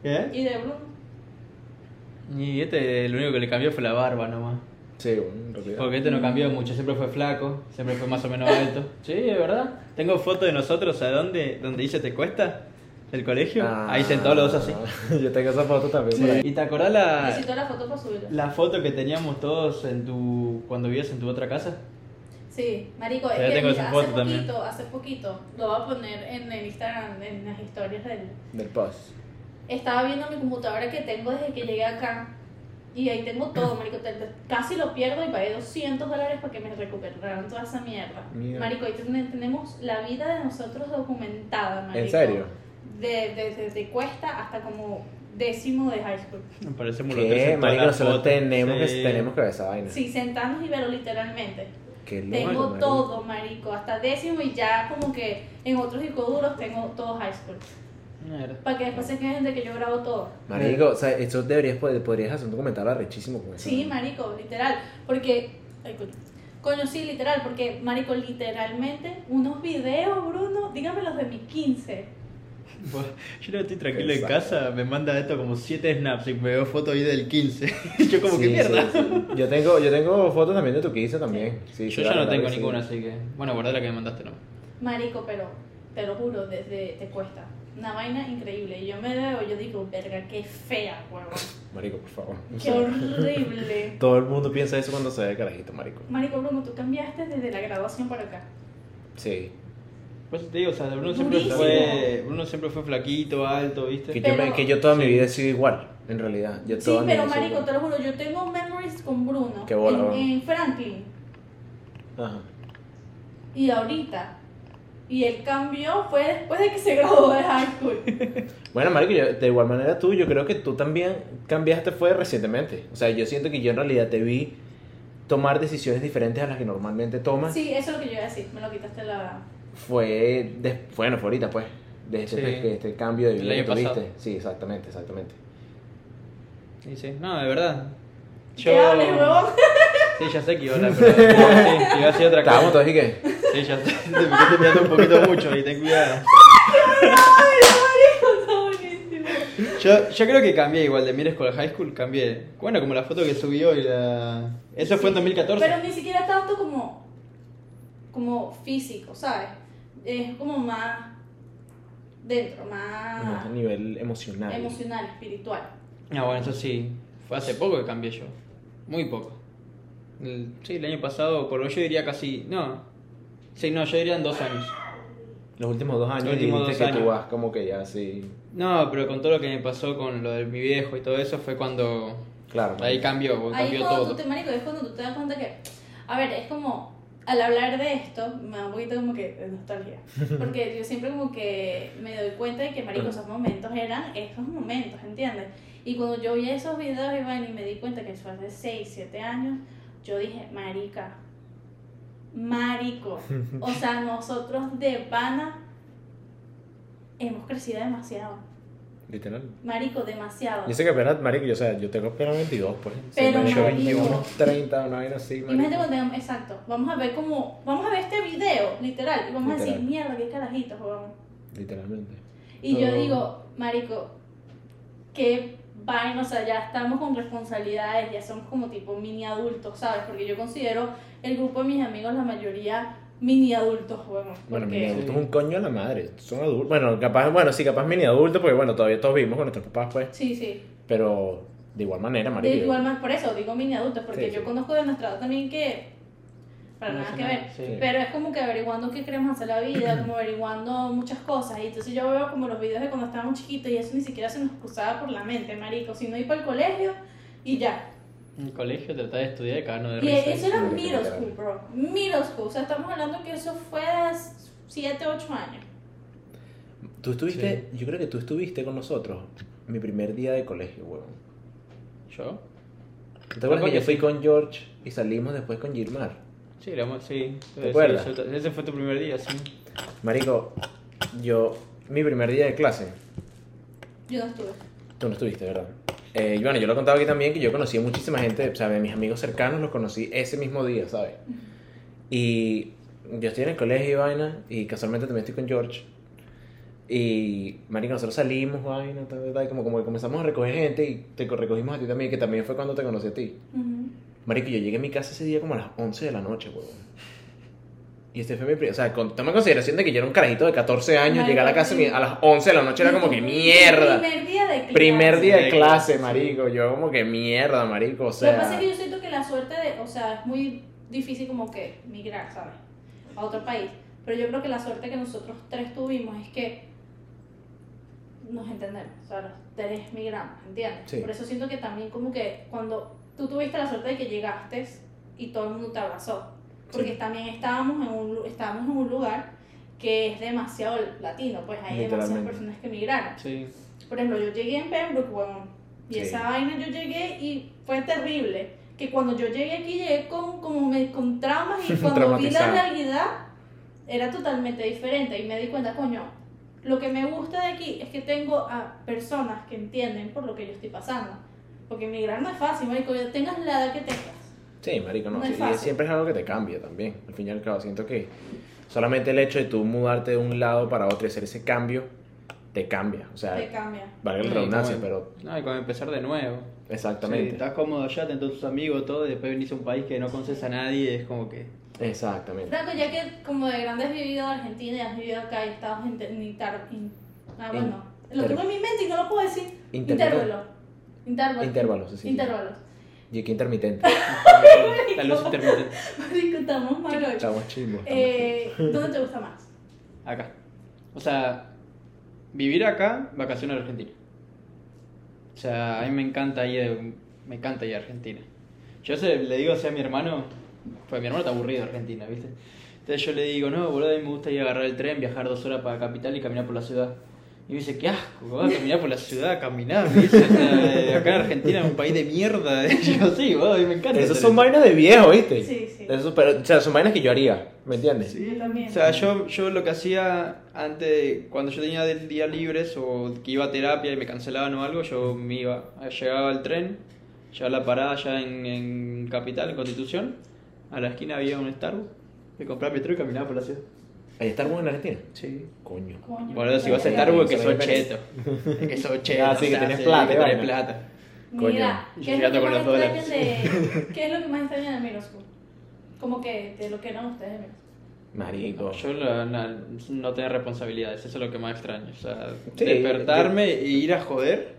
S3: ¿Qué?
S2: Y de Bruno.
S3: Y este, lo único que le cambió fue la barba nomás.
S1: Sí, bueno, en realidad.
S3: Porque este no cambió mucho, siempre fue flaco, siempre fue más o menos alto. Sí, es verdad. Tengo fotos de nosotros, ¿a dónde? ¿Dónde dice te cuesta? Del colegio.
S1: Ah,
S3: Ahí sentados los dos así.
S1: <laughs> Yo tengo esa foto también por ahí.
S3: ¿Y te acordás la,
S2: Necesito la foto para subirla.
S3: Ah. la foto que teníamos todos en tu cuando vivías en tu otra casa?
S2: Sí, marico, es
S3: Yo
S2: que
S3: tengo
S2: mira,
S3: esa
S2: hace
S3: foto
S2: poquito,
S3: también.
S2: hace poquito, lo voy a poner en el Instagram, en las historias del,
S1: Del post.
S2: estaba viendo mi computadora que tengo desde que llegué acá y ahí tengo todo, marico. te- te- casi lo pierdo y pagué 200 dólares para que me recuperaran toda esa mierda.
S1: Mierda.
S2: Marico, ahí ten- tenemos la vida de nosotros documentada, marico.
S1: ¿En serio?
S2: De- de- desde cuesta hasta como décimo de high school.
S3: Me parece muy
S1: ¿Qué? Marico, nosotros tenemos, que,
S3: Sí.
S1: tenemos que ver esa vaina.
S2: Sí, sentarnos y verlo literalmente.
S1: Qué loco,
S2: Tengo
S1: marico.
S2: todo, marico, hasta décimo y ya como que en otros discos duros tengo todo high school.
S3: Mierda.
S2: Para que después se queden de que yo grabo todo.
S1: Marico, o sea, esto deberías, pod- podrías hacer un documental arrechísimo con eso.
S2: Sí, marico, literal, porque ay, coño. Coño, sí, literal, porque marico, literalmente unos videos, Bruno, dígame los de mi 15.
S3: Buah, Pues, Yo no estoy tranquilo en
S1: Exacto.
S3: casa, me manda esto como 7 snaps y me veo fotos ahí del 15. <laughs> Yo como que
S1: Sí,
S3: mierda.
S1: sí, sí. Yo tengo, yo tengo fotos también de tu que hice también. Sí, sí,
S3: Yo ya
S1: la
S3: no
S1: verdad
S3: tengo
S1: que sí.
S3: ninguna, así que. Bueno, guardá la que me mandaste, ¿no?
S2: Marico, pero te lo juro, desde te cuesta. Una vaina increíble. Y yo me veo, yo digo, verga, qué fea, huevón.
S1: Marico, por favor. <laughs> O
S2: Qué
S1: sea,
S2: horrible.
S1: Todo el mundo piensa eso cuando se ve el carajito, marico.
S2: Marico, Bruno, tú cambiaste desde la graduación para acá.
S1: Sí.
S3: Por eso Pues, te digo, o sea, Bruno siempre,
S2: Durísimo.
S3: fue, Bruno siempre fue flaquito, alto, ¿viste?
S1: Que, yo,
S2: Pero-
S1: me- que yo toda mi vida he sido igual, en realidad. Yo
S2: Sí,
S1: toda mi
S2: pero
S1: vida he sido
S2: marico, te
S1: igual.
S2: lo juro, yo tengo memories con Bruno
S1: Qué bola,
S2: en-
S1: huevón.
S2: en Franklin.
S1: Ajá.
S2: Y ahorita, Y él cambió fue después de que se graduó de high school.
S1: Bueno, Marico, yo- de igual manera tú, yo creo que tú también cambiaste fue recientemente. O sea, yo siento que yo en realidad te vi tomar decisiones diferentes a las que normalmente tomas.
S2: Sí, eso es lo que yo iba a decir. Me lo quitaste la.
S1: Fue, des- bueno, fue ahorita pues, desde
S4: Sí.
S1: que este cambio de
S4: El
S1: vida que
S4: año pasado.
S1: tuviste. Sí, exactamente, exactamente.
S4: Sí, sí. No, de verdad.
S2: ¿Qué hables, huevón? <laughs>
S4: Sí, ya sé que iba a hablar,
S3: <laughs>
S4: pero- Sí, te iba a decir otra cosa.
S1: Estábamos todos y que...
S4: Sí, ya sé.
S3: Te estoy mirando un poquito mucho y ten cuidado.
S2: Está buenísimo.
S3: Yo, yo creo que cambié igual de middle school a high school, cambié. Bueno, como la foto que subí hoy, la... Eso fue en
S2: Sí,
S3: 2014.
S2: Pero ni siquiera tanto como, como físico, ¿sabes? Es como más dentro, más
S1: A nivel emocional.
S2: emocional, espiritual.
S4: Ah, bueno, eso sí. Fue hace poco que cambié yo. Muy poco. El- sí, el año pasado, por lo yo diría casi. No. Sí, no, yo diría en dos años.
S1: Los últimos dos años
S4: Los últimos
S1: dijiste
S4: dos
S1: que tú
S4: años.
S1: vas como que ya así...
S4: No, pero con todo lo que me pasó con lo de mi viejo y todo eso, fue cuando.
S1: Claro.
S4: Ahí cambió, porque
S2: Ahí es
S4: cambió
S2: cuando
S4: todo.
S2: tú te marico, es cuando tú te das cuenta que, a ver, es como, al hablar de esto, me da un poquito como que
S4: <laughs>
S2: de nostalgia. Porque yo siempre como que me doy cuenta de que, marico, esos momentos eran esos momentos, ¿entiendes? Y cuando yo vi esos videos, Iván, y me di cuenta que eso hace 6, 7 años, yo dije, marica, marico. O
S4: <laughs>
S2: sea, nosotros de pana hemos crecido demasiado.
S1: Literal.
S2: Marico, demasiado.
S1: Yo sé que apenas, marico, yo, o sea, yo tengo apenas 22, pues.
S2: Pero,
S1: yo
S2: marico.
S1: 21, 30, una vaina así,
S2: Imagínate
S1: marico.
S2: cuando tengamos, exacto, vamos a ver como, vamos a ver este video, literal, y vamos a
S1: Literal.
S2: decir, mierda, qué carajitos, weón.
S1: Literalmente.
S2: Y yo
S4: Oh.
S2: digo, marico, qué vaina, o sea, ya estamos con responsabilidades, ya somos como tipo mini adultos, ¿sabes? Porque yo considero el grupo de mis amigos, la mayoría, mini adultos, weón.
S1: Bueno,
S2: porque-
S1: mini adultos es un coño a la madre. Son adultos. Bueno, capaz, bueno, sí, capaz mini adultos, porque bueno, todavía todos vivimos con nuestros papás, pues.
S2: Sí, sí.
S1: Pero de igual manera, marico.
S2: De
S1: yo-
S2: igual más por eso, digo mini adultos, porque
S1: Sí,
S2: yo
S1: sí.
S2: conozco de nuestra edad también que, para
S4: No
S2: nada
S4: hace
S2: que
S4: nada,
S2: ver,
S4: sí.
S2: Pero es como que averiguando qué queremos hacer la vida, como averiguando muchas cosas. Y entonces yo veo como los videos de cuando estábamos chiquitos y eso ni siquiera se nos cruzaba por la mente, marico. Si no iba al colegio y ya.
S4: En el colegio trataba de estudiar y cagarnos de
S2: Y
S4: risa.
S2: eso era
S1: Marico,
S2: middle
S1: literal.
S2: school, bro. Middle school. O sea, estamos hablando que eso fue a 7, 8 años.
S1: Tú estuviste, yo creo que tú estuviste con nosotros mi primer día de colegio, huevón.
S4: ¿Yo?
S1: ¿Te acuerdas que
S4: que
S1: yo fui
S4: sí.
S1: con George y salimos después con Gilmar?
S4: Sí, éramos- sí. Sí,
S1: acuerdas?
S4: yo- ese fue tu primer día, sí.
S1: Marico, yo, mi primer día de clase,
S2: Yo no estuve.
S1: Tú no estuviste, ¿verdad? Eh, y bueno, yo lo he contado aquí también que yo conocí a muchísima gente, o sea, de mis amigos cercanos los conocí ese mismo día, ¿sabes? Y yo estoy en el colegio y vaina, y casualmente también estoy con George. Y, marico, nosotros salimos, vaina, tal, tal, tal, como, como que comenzamos a recoger gente y te co- recogimos a ti también, que también fue cuando te conocí a ti.
S2: Ujú.
S1: Marico, yo llegué a mi casa ese día como a las 11 de la noche, huevón. Y este fue mi primer, o sea, con, toma en consideración de que yo era un carajito de 14 años,
S2: Marico,
S1: llegar a la casa
S2: sí.
S1: a las 11 de la noche era como que mierda.
S2: Primer día de clase.
S1: Primer día de
S4: Sí,
S1: clase,
S4: sí.
S1: marico. Yo como que mierda, marico. O
S2: Lo que pasa
S1: sea,
S2: es que yo siento que la suerte de, o sea, es muy difícil como que migrar, ¿sabes? A otro país. Pero yo creo que la suerte que nosotros tres tuvimos es que nos entendemos, o sea, los tres migramos, ¿entiendes?
S1: Sí.
S2: Por eso siento que también como que cuando tú tuviste la suerte de que llegaste y todo el mundo te abrazó, porque
S1: Sí.
S2: también estábamos en un, lu- estábamos en un lugar que es demasiado latino, pues hay demasiadas
S1: Literalmente.
S2: personas que migraron.
S4: Sí.
S2: Por ejemplo, yo llegué en Pembroke, weón. Y
S1: Sí.
S2: esa vaina yo llegué y fue terrible. Que cuando yo llegué aquí llegué con, como me- con traumas y cuando vi la
S1: Traumatizada.
S2: realidad era totalmente diferente. Y me di cuenta, coño, lo que me gusta de aquí es que tengo a personas que entienden por lo que yo estoy pasando. Porque emigrar no es fácil, marico. Ya tengas la edad que tengas.
S1: sí, marico, no.
S2: no es
S1: sí, y
S2: fácil.
S1: siempre es algo que te cambia también. Al fin y al cabo, siento que solamente el hecho de tú mudarte de un lado para otro y hacer ese cambio, te cambia. O sea,
S2: Te cambia.
S1: vale
S4: Sí,
S1: la redundancia,
S4: como- em-
S1: pero
S4: No, y cuando empezar de nuevo.
S3: Sí,
S1: exactamente.
S3: estás cómodo allá, tenés todos tus amigos, todo, y después venís a un país que no conoces a nadie, es
S4: <laughs>
S3: como que...
S1: exactamente.
S2: Franco, ya que como de grande has vivido en Argentina y has vivido acá y estabas en... en tar- en- ah,
S1: In-
S2: bueno. Lo tengo en mi mente y no lo puedo decir.
S1: Intervalo.
S2: Intervalo. Intervalo.
S1: Intervalos, sí, sí.
S2: Intervalos. <laughs>
S1: Y aquí intermitente.
S4: La luz intermitente.
S2: Marico, estamos mal hoy.
S1: Estamos chimbo.
S2: Eh, ¿Dónde te gusta más?
S4: Acá. O sea, vivir acá, vacaciones en Argentina. O sea, a mí me encanta ir, me encanta ir a Argentina.
S3: Yo se- le digo así a mi hermano,
S4: Pues mi hermano está aburrido de Argentina, ¿viste?
S3: Entonces yo le digo, no, boludo, a mí me gusta ir a agarrar el tren, viajar dos horas para Capital y caminar por la ciudad. Y me dice, qué asco, vas a caminar por la ciudad, caminar. Me dice, "Eh, acá en Argentina es un país de mierda. <laughs> Y yo, sí, boludo, a mí me encanta.
S1: Esas
S3: el
S1: son
S3: tren".
S1: vainas de viejo, ¿viste?
S2: Sí, sí.
S1: Eso, pero, o sea, son vainas que yo haría, ¿me entiendes?
S2: Sí, es lo mismo.
S3: O sea, yo, yo lo que hacía antes, cuando yo tenía del día libres o que iba a terapia y me cancelaban o algo, yo me iba, llegaba al tren, ya la parada ya en, en Capital, en Constitución, a la esquina había un Starbucks, me compraba mi truco y caminaba por la ciudad.
S1: Ahí está en Argentina.
S3: Sí.
S1: Coño.
S2: Coño,
S3: Bueno, si vas a
S1: Ay,
S3: Starbucks,
S1: ay,
S3: que
S1: ay,
S3: sos
S1: ay, <laughs>
S3: cheto. Es que sos cheto.
S1: Ah,
S3: o
S1: sí, que
S3: sea,
S1: tenés plata,
S3: que tenés
S1: bueno.
S3: plata.
S2: Mira,
S3: Coño.
S2: ¿qué es, lo
S3: Yo
S2: que
S3: gato con
S2: más
S3: los dólares.
S2: extrañan <laughs> de, ¿qué es lo que más extrañan de Middle School? Como que de lo que eran ustedes de Middle School.
S1: Marico.
S3: Yo la- la- no tener responsabilidades, eso es lo que más extraño. O sea,
S1: Sí,
S3: despertarme e ir a joder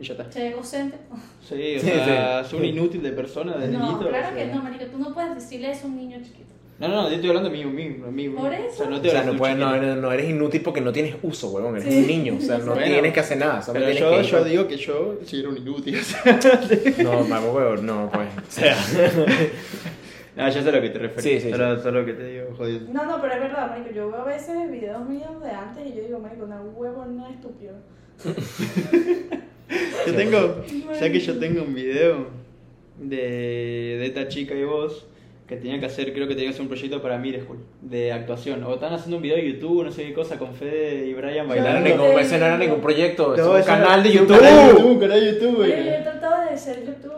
S3: y ya está.
S2: ¿Se llegó gente?
S3: Sí,
S1: <laughs> Sí,
S3: o sea, es un inútil de persona de
S2: No,
S3: niñito,
S2: claro
S3: o sea.
S2: que no, marico. Tú no puedes decirle eso a un niño chiquito.
S3: No, no, yo estoy hablando mío, mío, mío.
S2: Por
S3: O sea,
S2: eso.
S3: no
S1: O
S3: te
S1: sea, no,
S3: hablo de
S1: puedes, no,
S3: chiquito.
S1: no, no eres inútil porque no tienes uso, huevón. Eres
S2: Sí.
S1: un niño. O sea, no
S3: Bueno.
S1: tienes que hacer nada. Solo
S3: Pero
S1: tienes
S3: yo,
S1: que ir.
S3: yo digo que yo sí era un inútil. <laughs> o sea.
S1: No, mamá, huevón, no, pues. O <laughs> sea,
S3: Ah, ya sé a lo que te refieres.
S1: Sí, sí, sí.
S3: Solo, solo que te digo, jodido.
S2: No, no, pero es verdad, marico. Yo veo a veces videos míos de antes y yo digo, marico, no, huevo no es estúpido.
S3: Yo tengo, ya que yo tengo un video de, de esta chica y vos que tenía que hacer, creo que tenía que hacer un proyecto para Mire School de actuación. O están haciendo un video de YouTube, no sé qué cosa, con Fede y Brian
S1: no era
S3: bailando.
S1: ningún, ese no era ningún proyecto. Es
S3: No,
S1: un
S3: eso era-
S1: canal de
S3: Un canal de
S1: YouTube.
S3: YouTube, canal de YouTube.
S2: Yo
S3: güey.
S2: he tratado de ser YouTube.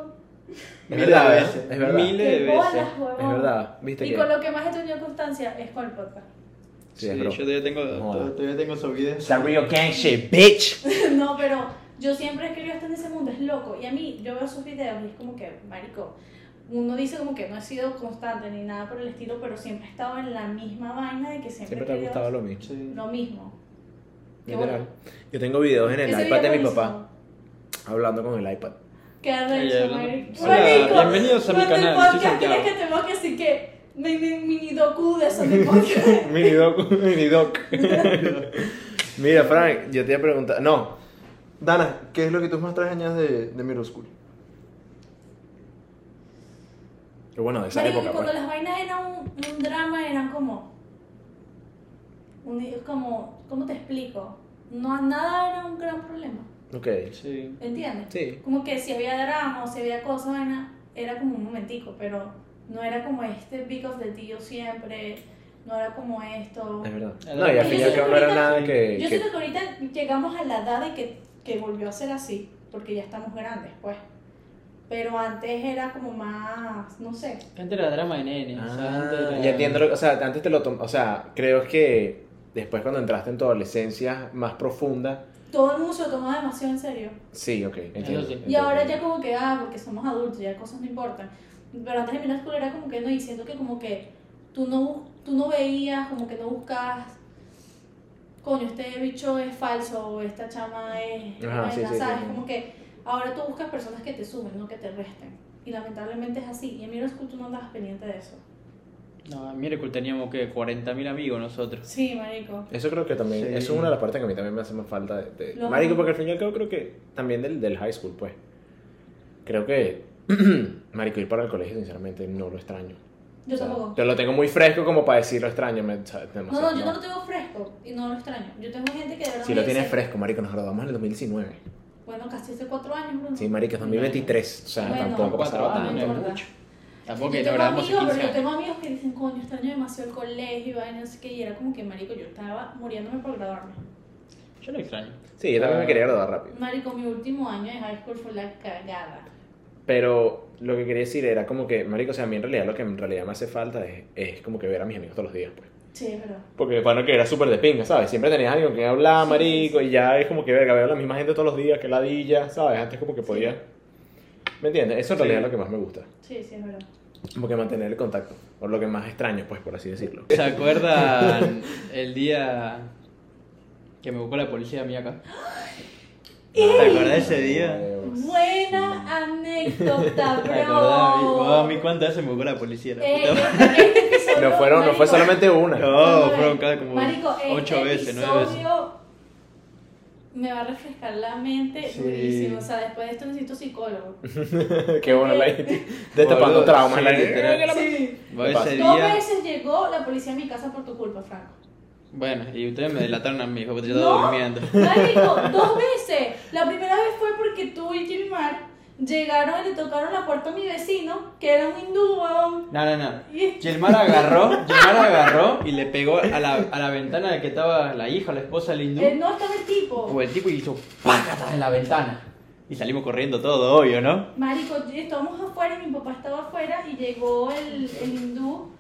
S1: Es verdad, ¿eh? Es verdad.
S3: Miles de
S2: ¡Qué
S3: veces.
S2: bolas, huevón!
S1: Es verdad, viste
S2: Y
S1: que.
S2: con lo que más he tenido constancia es con el podcast. <laughs>
S1: Sí,
S3: Sí,
S1: es
S3: yo
S1: broma.
S3: todavía tengo,
S1: Moda.
S3: todavía tengo esos videos.
S1: It's a real gang shit, bitch.
S2: no, pero yo siempre he querido estar en ese mundo, es loco. Y a mí, yo veo sus videos y es como que, marico, uno dice como que no he sido constante ni nada por el estilo, pero siempre he estado en la misma vaina de que siempre,
S1: Siempre te ha
S2: he querido
S1: gustado lo mismo.
S3: Sí.
S2: lo mismo. Qué
S1: Literal.
S2: bola.
S1: Yo tengo videos en el
S2: Ese
S1: iPad de
S2: video
S1: mi
S2: buenísimo.
S1: papá hablando con el iPad.
S2: Qué
S3: Ahí
S2: arrecho,
S3: hablando.
S2: marico.
S3: Hola,
S2: Marico,
S3: bienvenidos a mi
S2: cuando el
S3: canal, soy
S2: podcast
S3: Santiago.
S2: quieres que te moque, así que mini, mini docu de eso de
S1: <laughs>
S2: podcast.
S1: mini doc, mini doc. Mira, Frank, yo te iba a preguntar. No. Dana, ¿qué es lo que tú más extrañas de, de Middle School? Qué bueno, de esa
S2: Marico, que
S1: época.
S2: cuando
S1: pues.
S2: las vainas eran un, un drama, eran como, un- como. ¿Cómo te explico? No, nada era un gran problema.
S1: Ok.
S3: Sí.
S2: ¿Entiendes?
S1: Sí.
S2: Como que si había drama o si había cosas, vaina, era como un momentico, pero no era como este Big of the Deal siempre, no era como esto.
S1: Es verdad.
S3: Era
S1: No, y al
S3: Yo
S1: fin y al
S2: siento
S1: cabo no era
S2: que-
S1: nada que.
S2: Yo
S1: Em, eh, que-
S2: siento que ahorita llegamos a la edad de que, que volvió a ser así, porque ya estamos grandes, pues. Pero antes era como más, no sé.
S3: Antes era drama de nene. o sea, antes
S1: Ah,
S3: era-
S1: ya entiendo. lo que- o sea, antes te lo tom- O sea, creo que después cuando entraste en tu adolescencia más profunda.
S2: Todo el mundo se lo tomaba demasiado en serio.
S1: Sí, ok. Entiendo.
S3: Eso sí.
S2: Y ahora ya
S1: Entiendo.
S2: como que, ah, porque somos adultos, ya cosas no importan. Pero antes de mi escuela era como que no, y siento que como que tú no, bus- tú no veías, como que no buscabas, coño, este bicho es falso, o esta chama es,
S1: Ajá, sí,
S2: vaina",
S1: sí, sí,
S2: ¿sabes?
S1: sí.
S2: Como que ahora tú buscas personas que te sumen, no que te resten. Y lamentablemente es así, y en mi escuela tú no andabas pendiente de eso.
S3: No, mire que teníamos que 40.000 amigos nosotros.
S2: Sí, marico.
S1: Eso creo que también,
S3: Sí.
S1: eso es una de las partes que a mí también me hace más falta. De, de-
S2: Lo
S1: Marico,
S2: amo.
S1: porque al fin y al cabo creo que también del, del high school, pues. Creo que, <clears throat> Marico, ir para el colegio, sinceramente, no lo extraño.
S2: Yo
S1: O sea,
S2: tampoco.
S1: Yo lo tengo muy fresco como para decir lo extraño. Me, o sea,
S2: No,
S1: demasiado,
S2: no, yo no lo tengo fresco y no lo extraño. Yo tengo gente que de verdad
S1: Si
S2: me
S1: lo tienes
S2: dice,
S1: fresco, Marico, nos graduamos en el 2019.
S2: Bueno, casi hace cuatro años, Bruno.
S1: Sí, Marico, es 2023. O sea,
S2: Bueno,
S1: tampoco
S3: cuatro
S1: pasaba
S3: años.
S1: tanto.
S2: no
S3: no es
S2: importa.
S3: mucho.
S2: yo
S3: Tampoco que
S2: tengo
S3: logramos en
S2: amigos,
S3: 15
S2: pero yo
S3: años.
S2: tengo amigos que dicen, coño, extraño demasiado el colegio, y no sé qué, y era como que, marico, yo estaba muriéndome por graduarme.
S3: Yo no extraño.
S1: Sí, yo también me
S3: Ah.
S1: quería graduar rápido.
S2: Marico, mi último año de high school fue la cagada.
S1: Pero lo que quería decir era como que, Marico, o sea, a mí en realidad lo que en realidad me hace falta es, es como que ver a mis amigos todos los días, pues.
S2: Sí, es verdad.
S1: Porque bueno, que era súper de pinga, ¿sabes? Siempre tenías alguien con quien hablar,
S2: Sí,
S1: marico, y ya es como que, verga, veo a la misma gente todos los días, que ladilla, ¿sabes? Antes como que podía... ¿Me entiendes? Eso en
S3: Sí.
S1: realidad es lo que más me gusta.
S2: Sí, sí, es verdad.
S1: Como que mantener el contacto. O lo que más extraño, pues, por así decirlo.
S3: ¿Se acuerdan el día que me buscó la policía a mí
S2: <gasps>
S3: acá?
S2: ¡Ey!
S3: ¿Te acordás de ese día?
S1: Huevos.
S2: Buena
S3: <laughs>
S2: anécdota,
S3: ¿Te acordás? Mi-
S2: bro.
S3: oh, a mí cuántas veces me buscó la policía. La
S2: Eh,
S3: puta madre.
S2: este episodio,
S1: No, fueron, no fue
S2: marico, eh,
S1: solamente una.
S3: No, fueron cada como
S2: marico, este
S3: ocho veces, nueve veces.
S2: episodio me va a refrescar la mente
S5: Sí.
S2: durísimo. O sea, después de esto necesito psicólogo.
S1: <laughs> Qué bueno, la gente destapando
S5: Boludo,
S1: traumas.
S5: sí,
S1: la
S5: literal.
S2: Sí.
S3: Voy
S1: Pasa.
S3: ese
S2: Dos
S3: día.
S2: veces llegó la policía a mi casa por tu culpa, Franco.
S3: Bueno, y ustedes me delataron a mí, hijo, porque yo
S2: No.
S3: estaba durmiendo.
S2: Marico, <laughs> dos veces. La primera vez fue porque tú y Jimmy Mar llegaron y le tocaron la puerta a mi vecino, que era un hindú, weón.
S3: No, no, no.
S2: Y-
S3: Yelmar agarró, Yelmar agarró y le pegó a la, a la ventana de que estaba la hija o la esposa del hindú.
S2: Él eh, no estaba el tipo.
S3: Fue el tipo y hizo pácatas en la ventana. Y salimos corriendo todo, obvio, ¿no?
S2: Marico, yo- estábamos afuera y mi papá estaba afuera y llegó el, el hindú.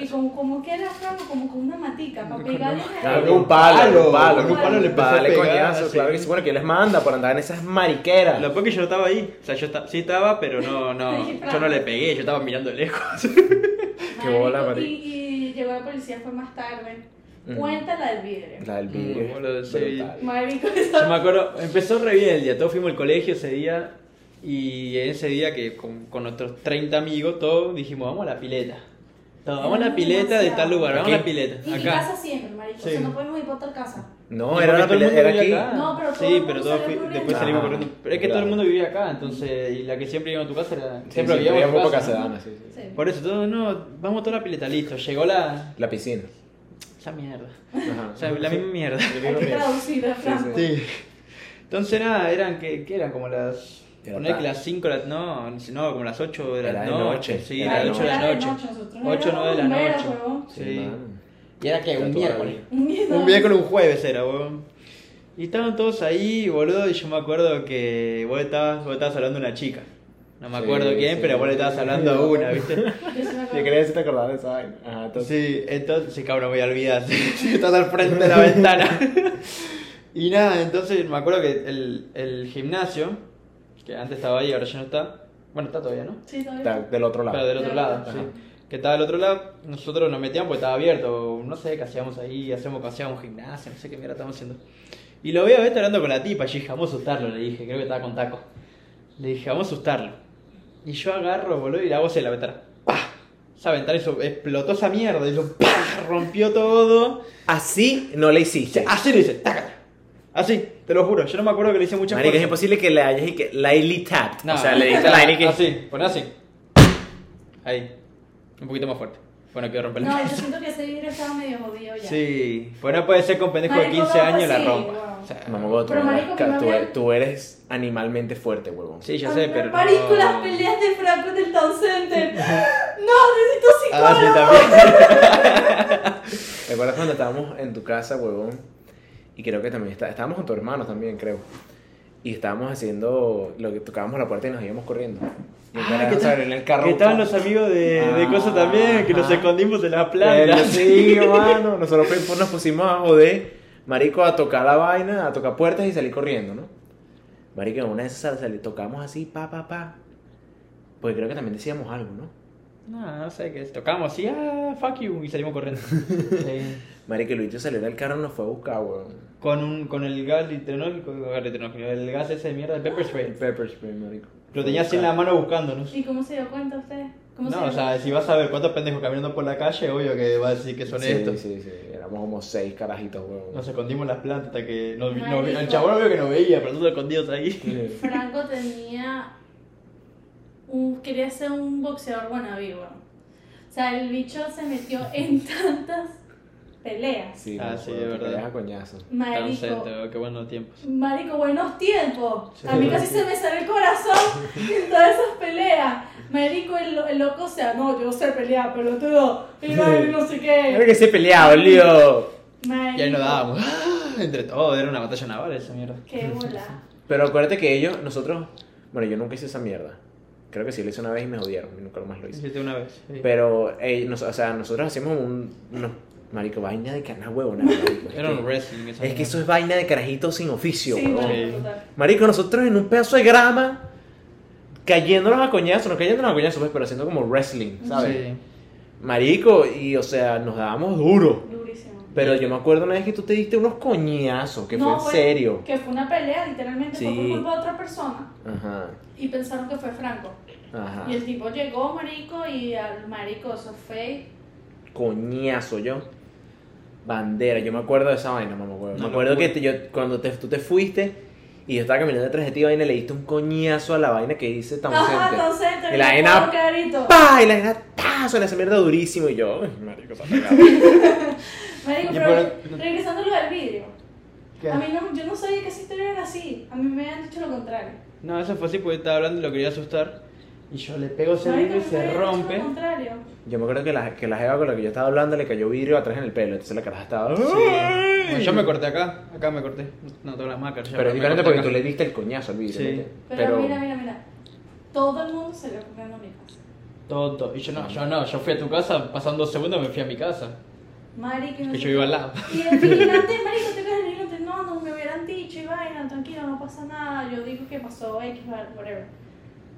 S2: Y como, como que era Franco, como con una matica, para pegarle a
S1: Claro,
S2: él.
S1: con un palo, con un palo,
S2: con un palo
S3: le empezó a
S1: Dale,
S3: pegar,
S1: coñazo,
S3: sí.
S1: claro que sí. Bueno, ¿quién les manda por andar en esas mariqueras?
S3: Lo peor que yo no estaba ahí. O sea, yo esta- sí estaba, pero no,
S2: <laughs>
S3: no. Yo no le pegué, yo estaba mirando lejos.
S1: Qué bola,
S2: Marico,
S1: marico.
S2: y, y llegó la policía, fue más tarde.
S1: Ujú.
S2: Cuéntala del vidrio.
S1: La del vidrio.
S3: Mm, boludo, sí.
S1: Brutal.
S2: Marico, <laughs> esa-
S3: Yo me acuerdo, empezó re bien el día, todos fuimos al colegio ese día y en ese día que con, con nuestros 30 amigos todos dijimos, vamos a la pileta. Todos, vamos a la pileta de tal lugar, vamos a la
S1: Aquí.
S2: Y
S3: pileta.
S2: mi
S3: Acá.
S2: casa siempre, marico.
S3: Sí.
S2: O sea, no podemos ir para otra casa.
S1: No,
S3: Y
S1: era
S3: porque
S1: una
S3: todo el
S1: pelea,
S3: mundo
S1: era aquí.
S3: vivía acá.
S2: No, pero todo
S3: sí,
S2: el
S3: pero
S2: mundo
S3: todos
S2: salió
S3: fui-
S2: corriendo.
S3: después salimos
S1: Ah,
S3: corriendo. Pero es que todo
S1: claro.
S3: el mundo vivía acá, entonces, y la que siempre íbamos a tu casa era.
S1: Sí,
S3: Siempre
S1: sí,
S3: vivíamos a tu
S1: poca
S3: casa, ¿no?
S1: sedana, sí, sí.
S2: Sí.
S3: Por eso, todos, no, vamos a toda la pileta, listo. Llegó la.
S1: La piscina.
S3: esa mierda.
S1: Ajá.
S3: O sea,
S1: <laughs>
S3: la misma mierda.
S2: Hay que traducir a Franco.
S3: Sí. Entonces nada, eran que, que eran como las.
S1: Era
S3: Poner que
S1: tarde.
S3: las 5, las, no, no, como las 8 de la
S1: Era de
S3: noche.
S1: noche.
S3: Sí,
S1: Era
S3: las
S1: de
S3: 8 de la
S2: noche.
S3: noche.
S2: Nosotros
S3: 8
S2: éramos
S3: 9 de la
S2: bomberos,
S3: noche.
S2: huevón. <laughs>
S1: Sí,
S3: Sí.
S1: man.
S3: Y era que
S1: Era
S3: un
S1: toda la
S3: miércoles.
S1: vida.
S3: Un miércoles, un jueves era, weón. Y estaban todos ahí, boludo, y yo me acuerdo que vos estabas, vos estabas hablando a una chica. No me
S1: Sí,
S3: acuerdo quién,
S1: sí.
S3: pero vos le estabas hablando a una,
S1: <laughs>
S3: ¿viste?
S2: Yo sí me
S1: Te
S2: acuerdo.
S1: quería decir te acordabas de esa vaina. Ajá, entonces.
S3: Sí, entonces, sí, cabrón, voy a olvidar. <laughs> Sí, Estás al frente de la ventana. <laughs> Y nada, entonces me acuerdo que el, el gimnasio, que antes estaba ahí, ahora ya no está. Bueno, está todavía, ¿no?
S2: Sí, todavía.
S1: Está del otro
S3: Pero
S1: lado.
S3: del otro lado,
S1: Ajá.
S3: sí. Que estaba del otro lado, nosotros nos metíamos porque estaba abierto. No sé qué hacíamos ahí, hacíamos, hacíamos gimnasia, no sé qué mierda estábamos haciendo. Y lo veo a este hablando con la tipa, y yo dije, vamos a asustarlo, le dije, creo que estaba con taco. Le dije, vamos a asustarlo. Y yo agarro, boludo, y la voz en la ventana. ¡Pah! Esa ventana hizo- explotó esa mierda, hizo ¡pah! rompió todo.
S1: Así no le hiciste.
S3: Así lo hice, ¡taca! Así, te lo juro, yo no me acuerdo que le hice mucha
S1: Marica, es
S3: fuerza.
S1: imposible que le hayas y que la tapped.
S3: No,
S1: o sea, le
S3: <laughs>
S1: diste la vaina y que.
S3: Así, poné así. Ahí. Un poquito más fuerte. Bueno, quiero romper la
S2: No, yo
S3: mesa.
S2: siento que ese vidrio estaba medio jodido ya.
S3: Sí. Bueno, puede ser con pendejo de
S2: Marico, pues
S3: 15 años la
S2: sí,
S3: rompa.
S2: wow.
S3: O sea,
S1: Mamagoto,
S2: Pero, marico,
S1: ca-
S2: mi
S1: tú,
S2: mamá-
S1: e- tú eres animalmente fuerte, huevón.
S3: sí, ya
S2: Ah,
S3: sé, pero.
S2: Marico,
S3: no-
S2: las peleas de Franco en el Town
S3: <laughs>
S2: Center. No, necesito
S3: Ah, sí,
S2: psicólogo.
S3: también.
S1: ¿Recuerdas cuando estábamos en tu casa, huevón? Y creo que también está- estábamos con tu hermano también, creo. Y estábamos haciendo lo que tocábamos la puerta y nos íbamos corriendo. Y
S3: Ah,
S1: era,
S3: ¿qué
S1: o sea,
S3: tal?
S1: en el carro.
S3: Que estaban los amigos de, de
S1: Ah,
S3: cosas también, que nos
S1: ajá.
S3: escondimos en las
S1: Pero
S3: plantas. <laughs>
S1: sí, hermano. Nosotros pues, nos pusimos a joder, marico, a tocar la vaina, a tocar puertas y salir corriendo, ¿no? Marico, en una de esas sal- tocamos así, pa, pa, pa. Pues creo que también decíamos algo, ¿no?
S3: No, no sé qué es. Tocamos así, ah, fuck you, y
S1: <laughs>
S3: salimos corriendo. Sí.
S1: Marico, el bicho salió del carro y nos fue a buscar, weón.
S3: Con, un, con el gas litrenólico, gas litrenólico, el gas ese de mierda, el pepper
S1: El
S3: spray.
S1: pepper spray, marico.
S3: Lo tenía así en la mano buscándonos.
S2: ¿Y cómo se dio cuenta usted? ¿Cómo se
S3: No,
S2: dio
S3: o sea, si vas a ver cuántos pendejos caminando por la calle, obvio que va a decir que son
S1: sí,
S3: estos.
S1: Sí, sí, Éramos como seis carajitos, weón.
S3: Nos escondimos en las plantas hasta que nos, vi-
S2: Marico.
S3: nos vi- el chabón obvio que nos veía, pero todos escondidos ahí.
S1: Sí.
S2: Franco tenía. un- quería ser un boxeador wannabe, weón. O sea, el bicho se metió en tantas peleas.
S1: Sí,
S3: Ah,
S1: me
S3: sí,
S1: acuerdo,
S3: es
S1: te
S3: verdad.
S1: peleas a coñazo.
S2: Marico.
S3: qué buenos tiempos.
S2: Marico, buenos tiempos.
S3: Sí.
S2: a mí casi se me sale el corazón en todas esas peleas. Marico, el, lo- el loco, o sea, no, yo sé pelear, pelotudo. Y no, y no sé
S1: Creo
S2: qué.
S1: que se peleaba, lío.
S2: Marico.
S3: Y ahí nos dábamos. <gasps> ¡ah! Entre todos, era una batalla naval esa mierda.
S2: Qué bola.
S1: Pero acuérdate que ellos, nosotros. Bueno, yo nunca hice esa mierda. Creo que sí lo hice una vez y me jodieron. Y nunca más lo hice.
S3: Hiciste una vez. <laughs> sí.
S1: Pero, ellos, o sea, nosotros hacíamos un. Unos, marico, vaina de canas huevona. marico.
S3: Era un
S1: Es
S3: wrestling esa
S1: que, es que
S3: mierda.
S1: eso es vaina de carajitos sin oficio,
S2: Sí,
S1: huevón.
S3: bueno.
S2: marico, total.
S1: Marico, nosotros en un pedazo de grama. Cayéndonos a coñazos, no cayéndonos a coñazos, pues, pero haciendo como wrestling, ¿sabes?
S3: Sí.
S1: Marico, y o sea, nos dábamos duro.
S2: Durísimo.
S1: Pero yo me acuerdo una vez que tú te diste unos coñazos, que
S2: No,
S1: fue en serio.
S2: Que fue una pelea, literalmente fue
S1: Sí.
S2: por culpa de otra persona.
S1: Ajá,
S2: Y pensaron que fue Franco.
S1: ajá.
S2: Y el tipo llegó, marico, y al marico, eso fue.
S1: Coñazo yo. Bandera, yo me acuerdo de esa vaina, mamá, huevo.
S3: No,
S1: me acuerdo que
S3: locura.
S1: te- yo, cuando te- tú te fuiste y yo estaba caminando detrás de ti, vaina, le diste un coñazo a la vaina que dice tan
S2: Ajá,
S1: ausente.
S2: entonces
S1: Y la
S2: terminó
S1: vaina,
S2: con
S1: <laughs>
S2: carito.
S1: pa, y la vaina, ta, suena esa mierda durísimo. Y yo, "Ay, marico, está pegado".
S2: <laughs> Marico,
S6: Yo
S2: pero
S6: por-
S2: regresando a lo del vidrio.
S6: ¿Qué?
S2: A mí no, yo no sabía que esa historia era así. A mí me han dicho lo contrario.
S3: No, eso fue así porque estaba hablando y lo quería asustar.
S6: Y yo le pego ese
S2: Marico,
S6: vidrio y
S2: a mí me
S6: se
S2: habían dicho
S6: rompe.
S2: Lo contrario.
S1: Yo me acuerdo que la, que la jeva con la que yo estaba hablando le cayó vidrio atrás en el pelo, entonces la caraja estaba. "Ay".
S3: Bueno, yo me corté acá, acá me corté. No tengo las marcas. ya,
S1: Pero es
S3: me
S1: diferente
S3: corté
S1: porque tú
S3: acá.
S1: le diste el coñazo al vidrio.
S3: Sí.
S1: ¿viste?
S2: Pero, mira, mira, mira. Todo el mundo se le ocurrió a mi casa.
S6: Todo. Y yo
S3: No, yo no, yo fui a tu casa, pasan dos segundos me fui a mi casa.
S2: Marico, no
S3: Que
S2: sé
S3: yo
S2: qué.
S3: iba al lado.
S2: Y el vigilante, marico, te quedas el vigilante, no, no me hubieran dicho, y vaina, tranquilo, no pasa nada, yo digo que pasó X, whatever.